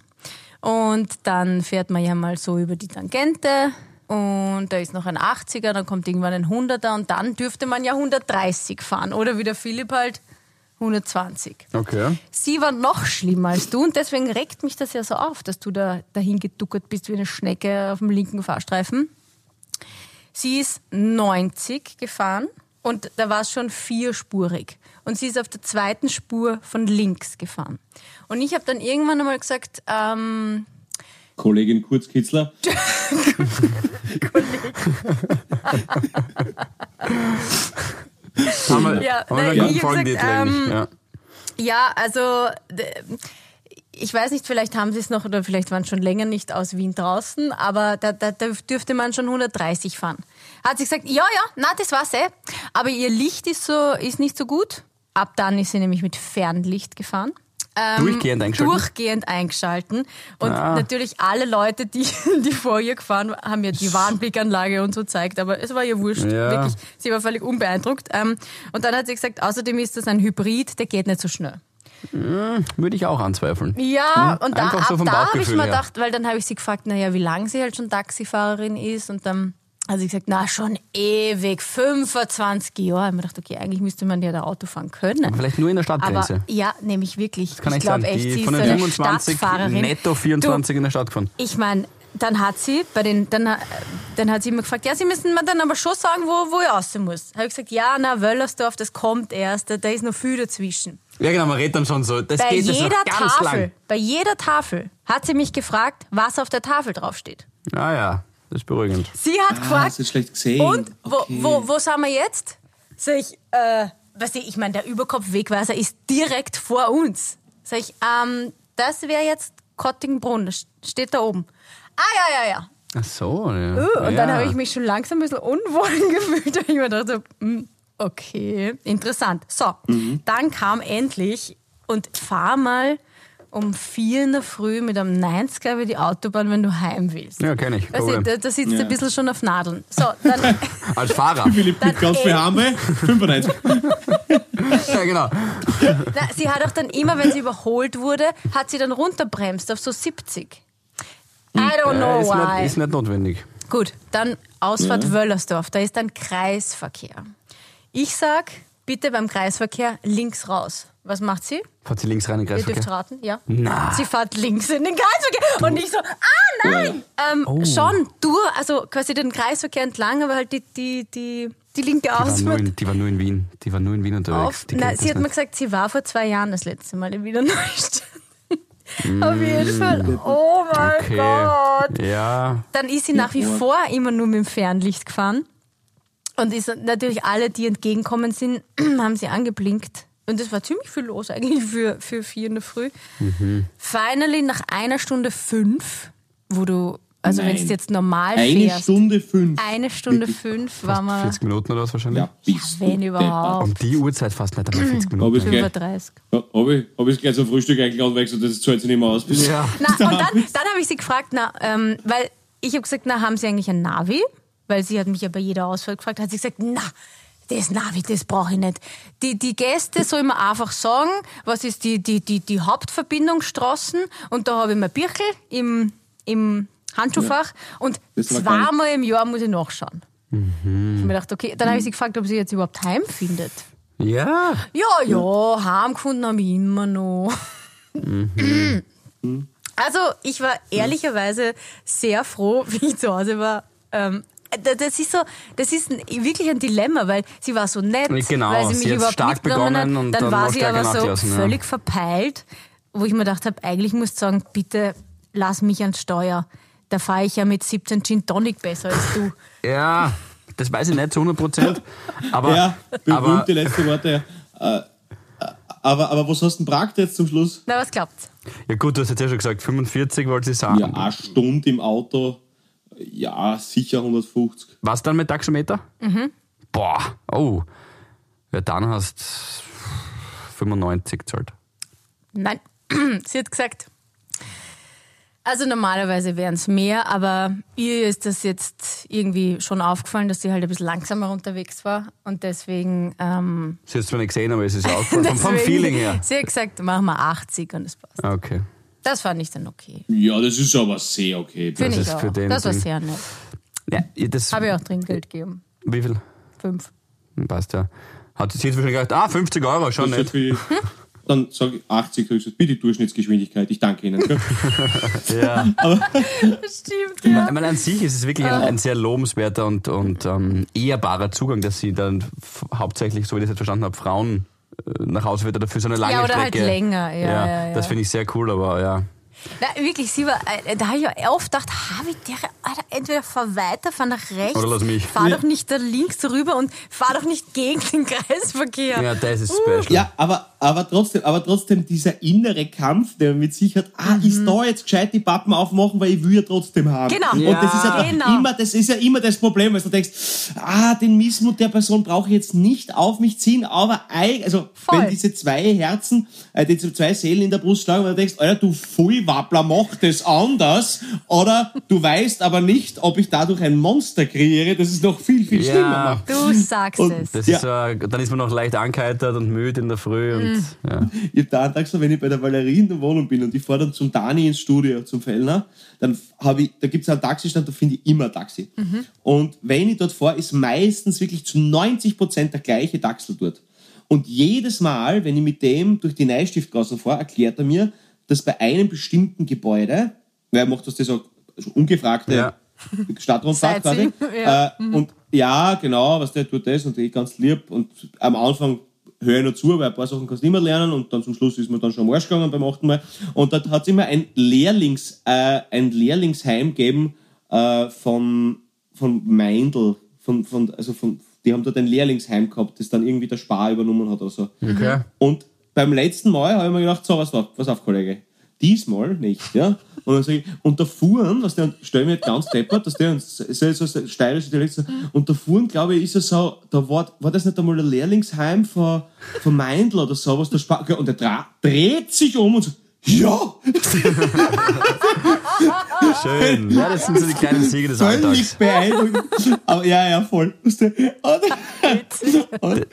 E: Und dann fährt man ja mal so über die Tangente. Und da ist noch ein 80er, dann kommt irgendwann ein 100er und dann dürfte man ja 130 fahren. Oder wie der Philipp halt 120.
D: Okay.
E: Sie war noch schlimmer als du und deswegen regt mich das ja so auf, dass du da dahin geduckert bist wie eine Schnecke auf dem linken Fahrstreifen. Sie ist 90 gefahren und da war es schon vierspurig. Und sie ist auf der zweiten Spur von links gefahren. Und ich habe dann irgendwann einmal gesagt, ähm,
C: Kollegin Kurzkitzler.
D: Haben wir,
E: Ja,
D: haben wir
E: nein,
D: einen guten
E: ich hab
D: Folgentitel
E: gesagt,
D: eigentlich.
E: ähm,
D: ja.
E: ja, also d- ich weiß nicht, vielleicht haben sie es noch oder vielleicht waren schon länger nicht aus Wien draußen, aber da, da, da dürfte man schon 130 fahren. Hat sie gesagt, ja, ja, na, das war's eh. Aber ihr Licht ist, so, ist nicht so gut. Ab dann ist sie nämlich mit Fernlicht gefahren. Ähm,
D: Durchgehend eingeschalten?
E: Durchgehend eingeschalten. Und
D: Ah.
E: natürlich alle Leute, die, die vor ihr gefahren waren, haben ihr die Warnblickanlage und so gezeigt, aber es war ihr wurscht.
D: Ja.
E: Wirklich, sie war völlig unbeeindruckt. Ähm, und dann hat sie gesagt, außerdem ist das ein Hybrid, der geht nicht so schnell.
D: Würde ich auch anzweifeln.
E: Ja,
D: Mhm.
E: und da,
D: Einfach
E: ab
D: so vom
E: da habe ich
D: Bauchgefühl
E: mir
D: her.
E: gedacht, weil dann habe ich sie gefragt, naja, wie lange sie halt schon Taxifahrerin ist und dann hat sie gesagt, na schon ewig, 25 Jahre. Ich mir gedacht, okay, eigentlich müsste man ja da Auto fahren können.
D: Aber vielleicht nur in der Stadtgrenze.
E: Aber ja, nämlich wirklich.
D: Kann
E: ich
D: ich sagen,
E: glaube echt,
D: die
E: sie ist
D: von
E: so
D: den
E: eine
D: 25
E: Stadtfahrerin.
D: netto 24 in der Stadt gefahren.
E: Du, ich meine, dann hat sie bei den, dann, äh, dann hat sie immer gefragt, ja, sie müssen mir dann aber schon sagen, wo, wo ich raus muss. Habe ich gesagt, ja, na, Wöllersdorf, das kommt erst, da, da ist noch viel dazwischen
D: Ja genau, man redet dann schon so. Das
E: bei
D: geht jetzt
E: jeder
D: noch ganz
E: Tafel,
D: lang.
E: bei jeder Tafel hat sie mich gefragt, was auf der Tafel draufsteht.
D: Ah ja, das ist beruhigend.
E: Sie hat
C: Ah, hast
E: gefragt.
C: du schlecht gesehen.
E: Und wo,
C: Okay.
E: wo, wo sind wir jetzt? Sag ich, äh, was ich, ich meine, der Überkopfwegweiser ist direkt vor uns. Sag ich, ähm, das wäre jetzt Kottingbrunn, das steht da oben. Ah ja ja ja.
D: Ach so, ja.
E: Uh, und
D: ja.
E: dann habe ich mich schon langsam ein bisschen unwohl gefühlt, weil ich mir dachte, hm, okay, interessant. So,
D: Mhm.
E: dann kam endlich und fahr mal um vier in der Früh mit einem 90er über die Autobahn, wenn du heim willst.
D: Ja, kenn ich.
E: Weißt du,
D: Problem.
E: da, da sitzt du
C: Ja.
E: ein bisschen schon auf Nadeln. So, dann,
D: Als Fahrer.
C: Philipp
E: Dann
C: gibt ganz
E: eh.
C: viel Arme. 95.
D: ja genau.
E: na, sie hat auch dann immer, wenn sie überholt wurde, hat sie dann runterbremst auf so 70. I
D: Hm. Ja,
E: don't know
D: ist,
E: why.
D: nicht, ist nicht notwendig.
E: Gut, dann Ausfahrt
D: Mhm.
E: Wöllersdorf, da ist dann Kreisverkehr. Ich sag, bitte beim Kreisverkehr links raus. Was macht sie?
D: Fahrt sie links rein in den
E: Ihr dürft
D: Kreisverkehr?
E: raten, ja?
D: Na.
E: Sie fährt links in den Kreisverkehr und ich so, ah nein!
D: Oh.
E: Ähm, Schon durch, also quasi den Kreisverkehr entlang, aber halt die, die, die, die linke
D: Die war, nur
E: Ausfahrt
D: in, die war nur in Wien. Die war nur in Wien unterwegs.
E: auf.
D: Die
E: Na,
D: kennt
E: sie
D: das
E: hat mir
D: nicht.
E: gesagt, sie war vor zwei Jahren das letzte Mal in Wiener Neustadt. Auf jeden Fall. Oh mein
D: Mm. okay.
E: Gott!
D: Ja,
E: dann ist sie nach wie vor immer nur mit dem Fernlicht gefahren. Und ist natürlich alle, die entgegenkommen sind, haben sie angeblinkt. Und es war ziemlich viel los eigentlich für, für vier in der Früh.
C: Mhm.
E: Finally, nach einer Stunde fünf, wo du, also wenn
C: Nein.
E: es jetzt normal
C: Eine
E: fährst,
C: Stunde fünf.
E: eine Stunde
C: Wirklich.
E: fünf war mal
D: 40 Minuten oder was wahrscheinlich.
C: Ja, bist
E: wenn
C: du
E: überhaupt.
D: Um die Uhrzeit fast nicht einmal 40
C: Hab
D: Minuten.
C: ich gleich,
E: 35.
C: hab ich, hab ich gleich zum Frühstück eigentlich ausgewechselt, das zahlt sich nicht mehr aus.
D: Ja.
E: Na, und dann, dann habe ich sie gefragt, na, ähm, weil ich habe gesagt, na, haben Sie eigentlich ein Navi? Weil sie hat mich ja bei jeder Ausfahrt gefragt, hat sie gesagt, na, das Navi, das brauche ich nicht. Die, die Gäste soll mir einfach sagen, was ist die, die, die, die Hauptverbindungsstraßen und da habe ich mein Birkel im, im Handschuhfach und
C: Das war Mhm. geil.
E: zweimal im Jahr muss ich nachschauen. Ich habe mir gedacht, okay, dann habe ich sie gefragt, ob sie jetzt überhaupt heimfindet.
D: Ja.
E: Ja, ja, heimgefunden habe ich immer noch.
D: Mhm.
E: Also, ich war ehrlicherweise sehr froh, wie ich zu Hause war. Ähm, da- das ist so, das ist ein, wirklich ein Dilemma, weil sie war so nett,
D: Genau,
E: weil sie
D: sie
E: mich
D: hat's
E: überhaupt
D: stark
E: mitgenommen hat.
D: begonnen und
E: dann
D: dann
E: war
D: wollte
E: sie
D: er
E: aber
D: genau
E: so
D: nachlassen, ja.
E: völlig verpeilt, wo ich mir gedacht habe, eigentlich muss ich sagen, bitte lass mich ans Steuer. Da fahre ich ja mit 17 Gin Tonic besser als du.
D: Ja, das weiß ich nicht zu 100 Prozent. Aber,
C: Ja,
D: aber
C: berühmte letzte Worte. ja. Äh, aber, aber was hast du denn gefragt jetzt zum Schluss?
E: Na, was glaubt's?
D: ja gut, du hast jetzt ja schon gesagt, 45 wollte ich sagen.
C: Ja, eine Stunde im Auto. Ja, sicher 150.
D: Was dann mit Taxameter? Boah, oh. Ja, dann hast 95 gezahlt.
E: Nein, sie hat gesagt, also normalerweise wären es mehr, aber ihr ist das jetzt irgendwie schon aufgefallen, dass sie halt ein bisschen langsamer unterwegs war und deswegen, ähm,
D: Sie hat es zwar nicht gesehen, aber es ist auch vom,
E: deswegen
D: vom Feeling her.
E: Sie hat gesagt, machen wir 80 und es passt.
D: Okay.
E: Das fand ich dann okay.
C: Ja, das ist aber sehr okay.
E: Finde
D: Das
E: ich
D: ist
E: auch.
D: für den
E: das war
D: Ding.
E: sehr nett.
D: Ja, das,
E: Habe ich auch Trinkgeld gegeben.
D: wie viel? Hm,
E: Fünf.
D: Passt ja. Hat sie jetzt wahrscheinlich gedacht, ah, 50 Euro, schon
C: Das ist
D: nicht.
C: ja die- Dann sage ich 80 höchstens. Bitte Durchschnittsgeschwindigkeit. Ich danke Ihnen. gell?
D: Ja.
E: Stimmt, ja. Ah.
D: Ich meine, an sich ist es wirklich ein, ein sehr lobenswerter und, und ähm, ehrbarer Zugang, dass sie dann f- hauptsächlich, so wie ich das jetzt verstanden habe, Frauen äh, nach Hause wird oder für so eine lange
E: Ja, oder
D: Strecke.
E: halt länger, ja, ja, ja.
D: Das finde ich sehr cool, aber ja.
E: Na, wirklich, sie war, äh, da habe ich mir oft gedacht, habe ich der, Alter, entweder fahr weiter, fahr nach rechts,
D: Oder lass mich.
E: fahr doch nicht da links rüber und fahr doch nicht gegen den Kreisverkehr.
D: Ja, das
E: Uh,
D: ist special.
C: Ja, aber, aber, trotzdem, aber trotzdem dieser innere Kampf, der mit sich hat, ah,
E: Mhm.
C: ist da jetzt gescheit die Pappen aufmachen, weil ich will ja trotzdem haben.
E: Genau.
C: Und das ist ja,
E: Ja. Genau.
C: immer, das ist ja immer das Problem, weil du denkst, ah, den Missmut der Person brauche ich jetzt nicht auf mich ziehen, aber eig- also
E: Voll.
C: wenn diese zwei Herzen, äh, diese zwei Seelen in der Brust schlagen, weil du denkst, Alter, du Vollwappler, mach das anders, oder du weißt aber nicht, ob ich dadurch ein Monster kreiere, das es noch viel, viel
D: Ja.
C: schlimmer macht.
E: Du sagst
C: Und-
E: es.
D: Das
C: Ja.
D: ist, äh, dann ist man noch leicht angeheitert und müde in der Früh. Und,
E: Mm. Mhm.
D: ja.
C: Ich hab da einen Tag so, wenn ich bei der Valerie in der Wohnung bin und ich fahre dann zum Dani ins Studio, zum Fellner, dann habe ich, da gibt's einen Taxistand, da finde ich immer ein Taxi. Und wenn ich dort fahre, ist meistens wirklich zu 90 Prozent der gleiche Taxel dort. Und jedes Mal, wenn ich mit dem durch die Neustiftgassen fahre, erklärt er mir, dass bei einem bestimmten Gebäude, weil er macht das das auch also ungefragte
D: Ja.
C: Stadtrundfahrt quasi,
E: Sightseeing, ja.
C: äh, und ja, genau, was der tut das und ich ganz lieb. Und am Anfang höre ich noch zu, weil ein paar Sachen kannst du nicht mehr lernen und dann zum Schluss ist man dann schon am Arsch gegangen beim achten Mal. Und dort hat es immer ein, Lehrlings, äh, ein Lehrlingsheim gegeben äh, von, von Meindl. Von, von, also von, die haben dort ein Lehrlingsheim gehabt, das dann irgendwie der Spar übernommen hat oder so.
D: Okay.
C: Und beim letzten Mal habe ich mir gedacht, so, was, auf- was auf, Kollege. Diesmal nicht, ja. Und dann sage ich, und da fuhren, was der, stell mir ganz deppert, dass der uns, so, so, so steirischer Dialekt, so, und da fuhren, glaube ich, ist er so, da war, war das nicht einmal ein Lehrlingsheim von, von Meindl oder so, was der Spa, und der dra- dreht sich um und so, ja,
D: Schön. Ja, das sind so die kleinen Siege des
C: völlig
D: Alltags.
C: beeindruckend. Aber ja, ja, voll. Weißt du? Und, und,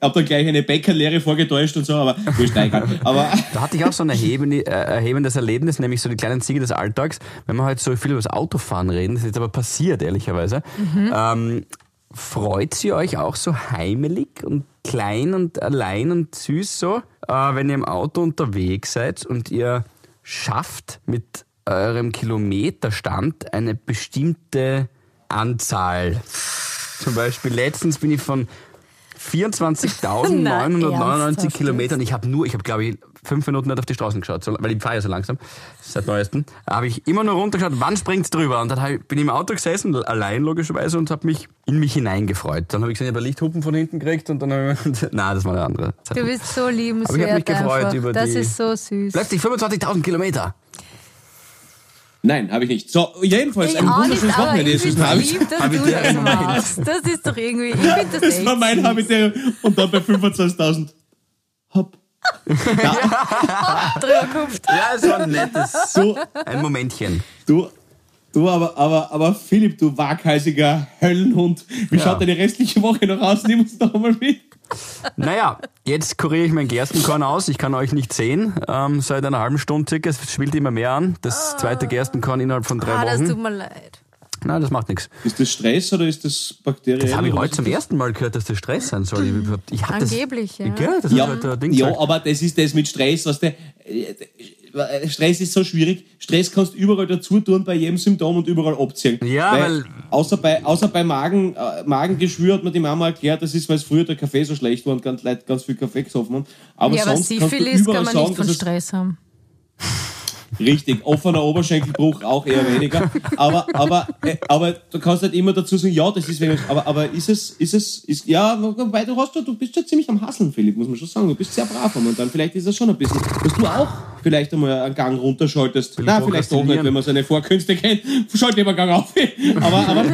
C: hab dann gleich eine Bäckerlehre vorgetäuscht und so, aber, wurscht, nein, egal. Aber,
D: Da hatte ich auch so ein erhebende, äh, erhebendes Erlebnis, nämlich so die kleinen Siege des Alltags. Wenn wir halt so viel über das Autofahren reden, das ist jetzt aber passiert, ehrlicherweise.
E: Mhm.
D: Ähm, freut sie euch auch so heimelig und klein und allein und süß so, äh, wenn ihr im Auto unterwegs seid und ihr schafft mit eurem Kilometerstand eine bestimmte Anzahl? Zum Beispiel letztens bin ich von
E: Na,
D: 24.999
E: ernsthaft
D: Kilometern. Ich habe nur, ich habe glaube ich fünf Minuten nicht auf die Straßen geschaut, so- weil ich fahre ja so langsam, seit neuestem. Habe ich immer nur runtergeschaut, wann springt's drüber? Und dann hab ich, bin ich im Auto gesessen, allein logischerweise, und habe mich in mich hineingefreut. Dann habe ich gesehen, ich hab ein Lichthupen von hinten gekriegt und dann habe ich mir Nein, das war eine andere Zeit.
E: Du bist so liebenswert.
D: Aber ich hab mich gefreut
E: einfach.
D: über
E: Das
D: die-
E: ist so süß.
D: Plötzlich 25.000 Kilometer.
C: Nein, habe ich nicht. So, jedenfalls,
E: Ich
C: ein
E: auch nicht,
C: wunderschönes
E: aber
C: Wochenende
E: ich
C: ist es.
E: finde
C: Hab
E: es
C: ich-
E: lieb, dass du das
D: Habitärium.
E: machst. Das ist doch irgendwie, ich finde das
C: Das war
E: echt.
C: mein Habitärium. Und dann bei 25.000. Hopp.
D: Ja, es war ein nettes.
C: Du,
D: Ein Momentchen.
C: du, du aber, aber, aber Philipp, du waghalsiger Höllenhund. Wie
D: Ja.
C: schaut deine restliche Woche noch aus? Nimm uns doch mal mit.
D: Naja, jetzt kuriere ich mein Gerstenkorn aus. Ich kann euch nicht sehen. Ähm, seit einer halben Stunde circa. Es spielt immer mehr an. Das zweite Gerstenkorn innerhalb von drei
E: Ah, das tut
D: Wochen.
E: mir leid.
D: Nein, das macht nichts.
C: Ist das Stress oder ist das bakteriell?
D: Das habe ich heute zum ersten Mal gehört, dass das Stress sein soll. Ich hab- Ich hab
E: Angeblich,
D: das,
E: ja.
D: Gell, das
C: ja,
D: hat heute ein halt, äh, Ding
C: ja,
D: gesagt.
C: aber das ist das mit Stress, was der. Stress ist so schwierig. Stress kannst du überall dazu tun, bei jedem Symptom und überall abziehen.
D: Ja, weil-
C: außer bei, außer bei Magen, äh, Magengeschwür hat mir die Mama erklärt, das ist, weil es früher der Kaffee so schlecht war und ganz, Leute ganz viel Kaffee gesoffen haben. Aber
E: Ja, aber
C: sonst kannst du
E: Syphilis
C: überall
E: kann man
C: sagen,
E: nicht von
C: dass es-
E: Stress haben.
C: Richtig, offener Oberschenkelbruch auch eher weniger. Aber, aber, äh, aber du kannst halt immer dazu sagen, ja, das ist wegen, aber, aber ist es, ist es, ist, ja, wobei du hast, ja- du bist ja ziemlich am Hasseln, Philipp, muss man schon sagen. Du bist sehr brav und dann vielleicht ist das schon ein bisschen, dass du auch vielleicht einmal einen Gang runterschaltest.
D: Philipp,
C: Na, vielleicht doch nicht,
D: prokrastinieren.
C: wenn man seine Vorkünste kennt. Schalte lieber einen Gang auf. Aber, aber,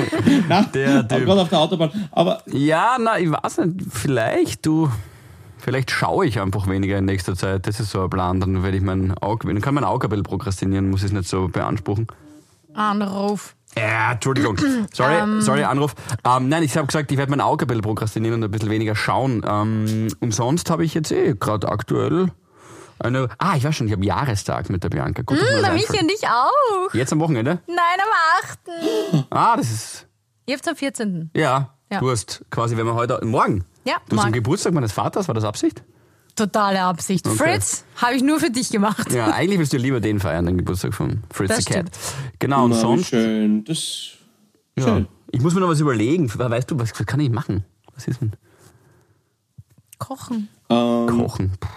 C: na,
D: Der Typ.
C: gerade auf der Autobahn. Aber,
D: Ja, na, ich weiß nicht. Vielleicht, du. Vielleicht schaue ich einfach weniger in nächster Zeit. Das ist so ein Plan. Dann werde ich mein Auge, dann kann mein Auge ein bisschen prokrastinieren, muss ich es nicht so beanspruchen.
E: Anruf.
D: Ja, Entschuldigung. Sorry, sorry, Anruf. Ähm, nein, ich habe gesagt, ich werde mein Auge ein bisschen prokrastinieren und ein bisschen weniger schauen. Ähm, und sonst habe ich jetzt eh gerade aktuell eine. Ah, ich weiß schon, ich habe Jahrestag mit der Bianca. Gut, dass mir das
E: Hm, Na, mich
D: einfällt.
E: und ich auch.
D: Jetzt am Wochenende?
E: Nein, am 8.
D: Ah, das ist.
E: Ihr habt am 14.
D: Ja,
E: Ja.
D: du hast quasi, wenn wir heute. Morgen.
E: Ja,
D: Du zum
E: Marc,
D: Geburtstag meines Vaters, war das Absicht?
E: totale Absicht. Fritz, habe ich nur für dich gemacht.
D: Ja, eigentlich willst du lieber den feiern, den Geburtstag von Fritz
E: Das
D: the Cat. Genau, und
C: Na, wie
D: sonst.
C: schön. Das
D: Ja.
C: schön.
D: Ich muss mir noch was überlegen. Weißt du, was kann ich machen? Was ist denn?
E: Kochen.
C: Ähm,
D: Kochen. Puh.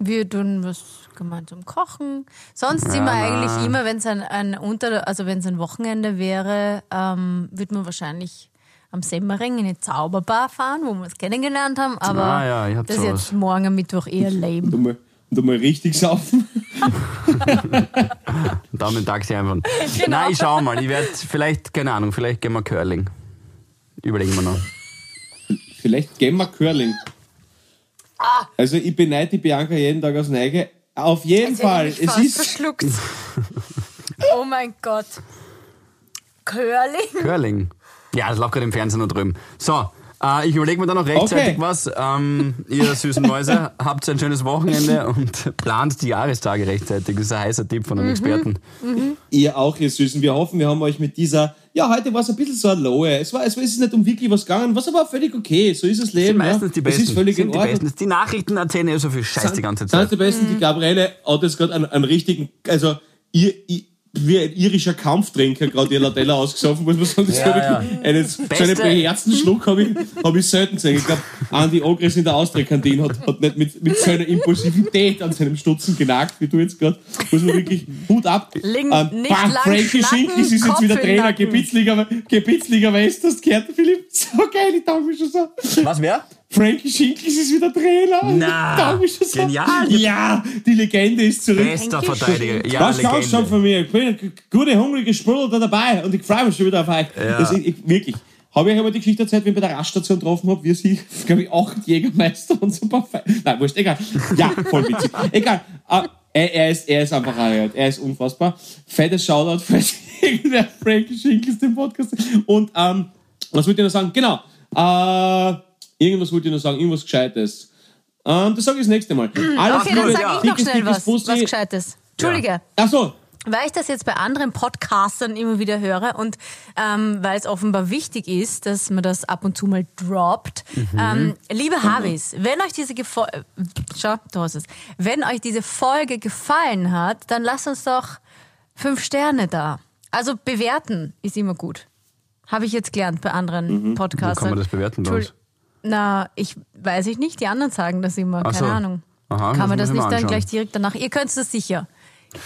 E: Wir tun was gemeinsam kochen. Sonst sind wir eigentlich immer, wenn es ein, ein Unter, also wenn es ein Wochenende wäre, ähm, wird man wahrscheinlich am Semmering in eine Zauberbar fahren, wo wir uns kennengelernt haben. Aber
D: Ah ja, ich hab
E: das ist
D: sowas.
E: jetzt morgen am Mittwoch eher lame.
C: du mal, du mal richtig saufen.
D: Und dann den Tag sehr einfach.
E: Genau.
D: Nein, ich schau mal. Ich werde vielleicht, keine Ahnung, vielleicht gehen wir Curling. Überlegen wir noch.
C: Vielleicht gehen wir Curling. Also ich beneide die Bianca jeden Tag aus Neige. Auf jeden
E: Jetzt
C: Fall.
E: hätte ich mich
C: Es
E: fast
C: ist,
E: verschluckt. oh mein Gott. Curling?
D: Curling. Ja, das läuft gerade im Fernsehen da drüben. So, äh, ich überlege mir dann noch rechtzeitig
C: Okay.
D: was. Ähm, ihr süßen Mäuse, habt ein schönes Wochenende und plant die Jahrestage rechtzeitig. Das ist ein heißer
C: Mhm.
D: Tipp von einem Experten.
C: ihr auch, ihr Süßen. Wir hoffen, wir haben euch mit dieser... Ja, heute war es ein bisschen so ein Lohe. Es, war, es ist nicht um wirklich was gegangen, was aber völlig okay. So ist Genau. das Leben.
D: Sind meistens
C: ja.
D: die Besten.
C: Es ist völlig
D: sind
C: in
D: die,
C: Ordnung.
D: Besten. die Nachrichten erzählen ja so viel Scheiß die ganze
C: Sind
D: Zeit.
C: die Besten,
E: Mhm.
C: die Gabriele hat jetzt gerade einen, einen richtigen, also ihr, ihr, wie ein irischer Kampftrinker gerade ihr Ladella ausgesoffen, muss man sagen. Das
D: Ja,
C: war wirklich Einen, so einen
D: Beste.
C: beherzten Schluck habe ich, hab ich selten gesehen. Ich glaube, Andi Ogres in der Austria-Kantine hat, hat nicht mit, mit seiner Impulsivität an seinem Stutzen genagt, wie du jetzt gerade. Muss man wirklich Hut ab.
E: Link- nicht
C: bah,
E: lang
C: Frankie
E: schnacken,
C: Schinkis ist jetzt
E: Kopf
C: wieder
E: in
C: Trainer,
E: Nacken.
C: Gebietsliga, Gebietsliga West, hast du gehört, Philipp? So geil, ich tauge mich schon so.
D: Was wer?
C: Frankie Schinklis ist wieder Trainer.
D: Na,
C: Taugt mich schon so.
D: genial.
C: Ja, die Legende ist zurück.
D: Bester Verteidiger. Ja,
C: Was schaust du schon
D: Legende.
C: von mir? Ich bin ein guter, hungriger Sprudel da dabei und ich freue mich schon wieder auf euch.
D: Ja.
C: Das ist, ich, wirklich. Habe ich euch einmal die Geschichte erzählt, wie ich bei der Raststation getroffen habe, wie sie, glaube ich, acht Jägermeister und so ein paar Fe Nein, wurscht, egal. Ja, voll witzig. Egal. Ah, er, er, ist, er ist einfach ein Riot. Er ist unfassbar. Fettes Shoutout, falls irgendwer Frankie Schinkels den Podcast. Und ähm, was wollte ich noch sagen? Genau. Äh, irgendwas wollte ich noch sagen, irgendwas Gescheites. Ähm, das sage ich das nächste Mal. Alles
E: Hm, Okay, dann
C: Liebe,
E: sage ich noch
C: dickes,
E: schnell
C: dickes
E: was, was
C: Bussi.
E: Gescheites. Entschuldige.
C: Ach so,
E: weil ich das jetzt bei anderen Podcastern immer wieder höre und ähm, weil es offenbar wichtig ist, dass man das ab und zu mal droppt.
D: Mhm.
E: Ähm, liebe Havis, wenn euch diese Gefo äh, schau, da ist es. wenn euch diese Folge gefallen hat, dann lasst uns doch fünf Sterne da. Also bewerten ist immer gut. Habe ich jetzt gelernt bei anderen Podcastern.
D: Mhm. Wo kann man das bewerten bei
E: Entschuldi-
D: uns?
E: Na, ich weiß ich nicht. Die anderen sagen das immer.
D: Ach
E: Keine
D: so.
E: Ahnung.
D: Aha,
E: kann man
D: das muss ich
E: das nicht
D: mir
E: dann
D: anschauen.
E: gleich direkt danach? Ihr könnt es sicher.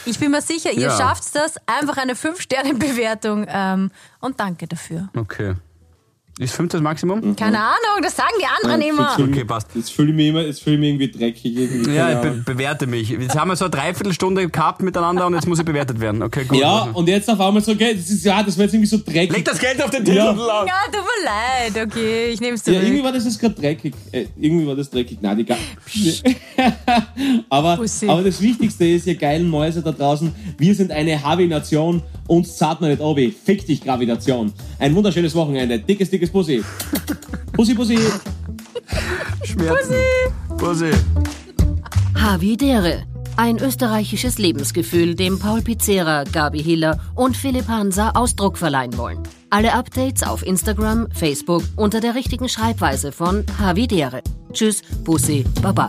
E: Ich bin mir sicher, ihr
D: Ja.
E: schafft das. Einfach eine 5-Sterne-Bewertung ähm, und danke dafür.
D: Okay. Ist fünf das
C: Mhm.
D: Maximum?
E: Keine Ahnung, das sagen die anderen immer.
D: Okay, passt.
C: Jetzt fühle ich mich immer, jetzt fühle ich mich irgendwie dreckig. Irgendwie.
D: Ja,
C: Keine
D: ich be
C: Ahnung.
D: bewerte mich. Jetzt haben wir so eine Dreiviertelstunde gehabt miteinander und jetzt muss ich bewertet werden. Okay, gut.
C: ja, und jetzt auf einmal so, okay, das ist, ja, das war jetzt irgendwie so dreckig.
D: Leg das Geld auf den Tisch
C: Ja.
D: und lauf.
E: Ja, tut mir leid. Okay, ich nehme es
C: ja, irgendwie
E: zurück.
C: war das jetzt gerade dreckig. Äh, irgendwie war das dreckig. Nein, die Ga- aber,
E: Pussy.
C: aber das Wichtigste ist, ihr geilen Mäuse da draußen, wir sind eine Havi-Nation. Uns zahlt man nicht Obi. Fick dich, Gravitation. Ein wunderschönes Wochenende. Dickes, dickes Pussy. Pussy, Pussy.
D: Schmerzen. Bussi.
A: Havidere. Ein österreichisches Lebensgefühl, dem Paul Pizzera, Gabi Hiller und Philipp Hansa Ausdruck verleihen wollen. Alle Updates auf Instagram, Facebook unter der richtigen Schreibweise von Havidere. Tschüss, Bussi, Baba.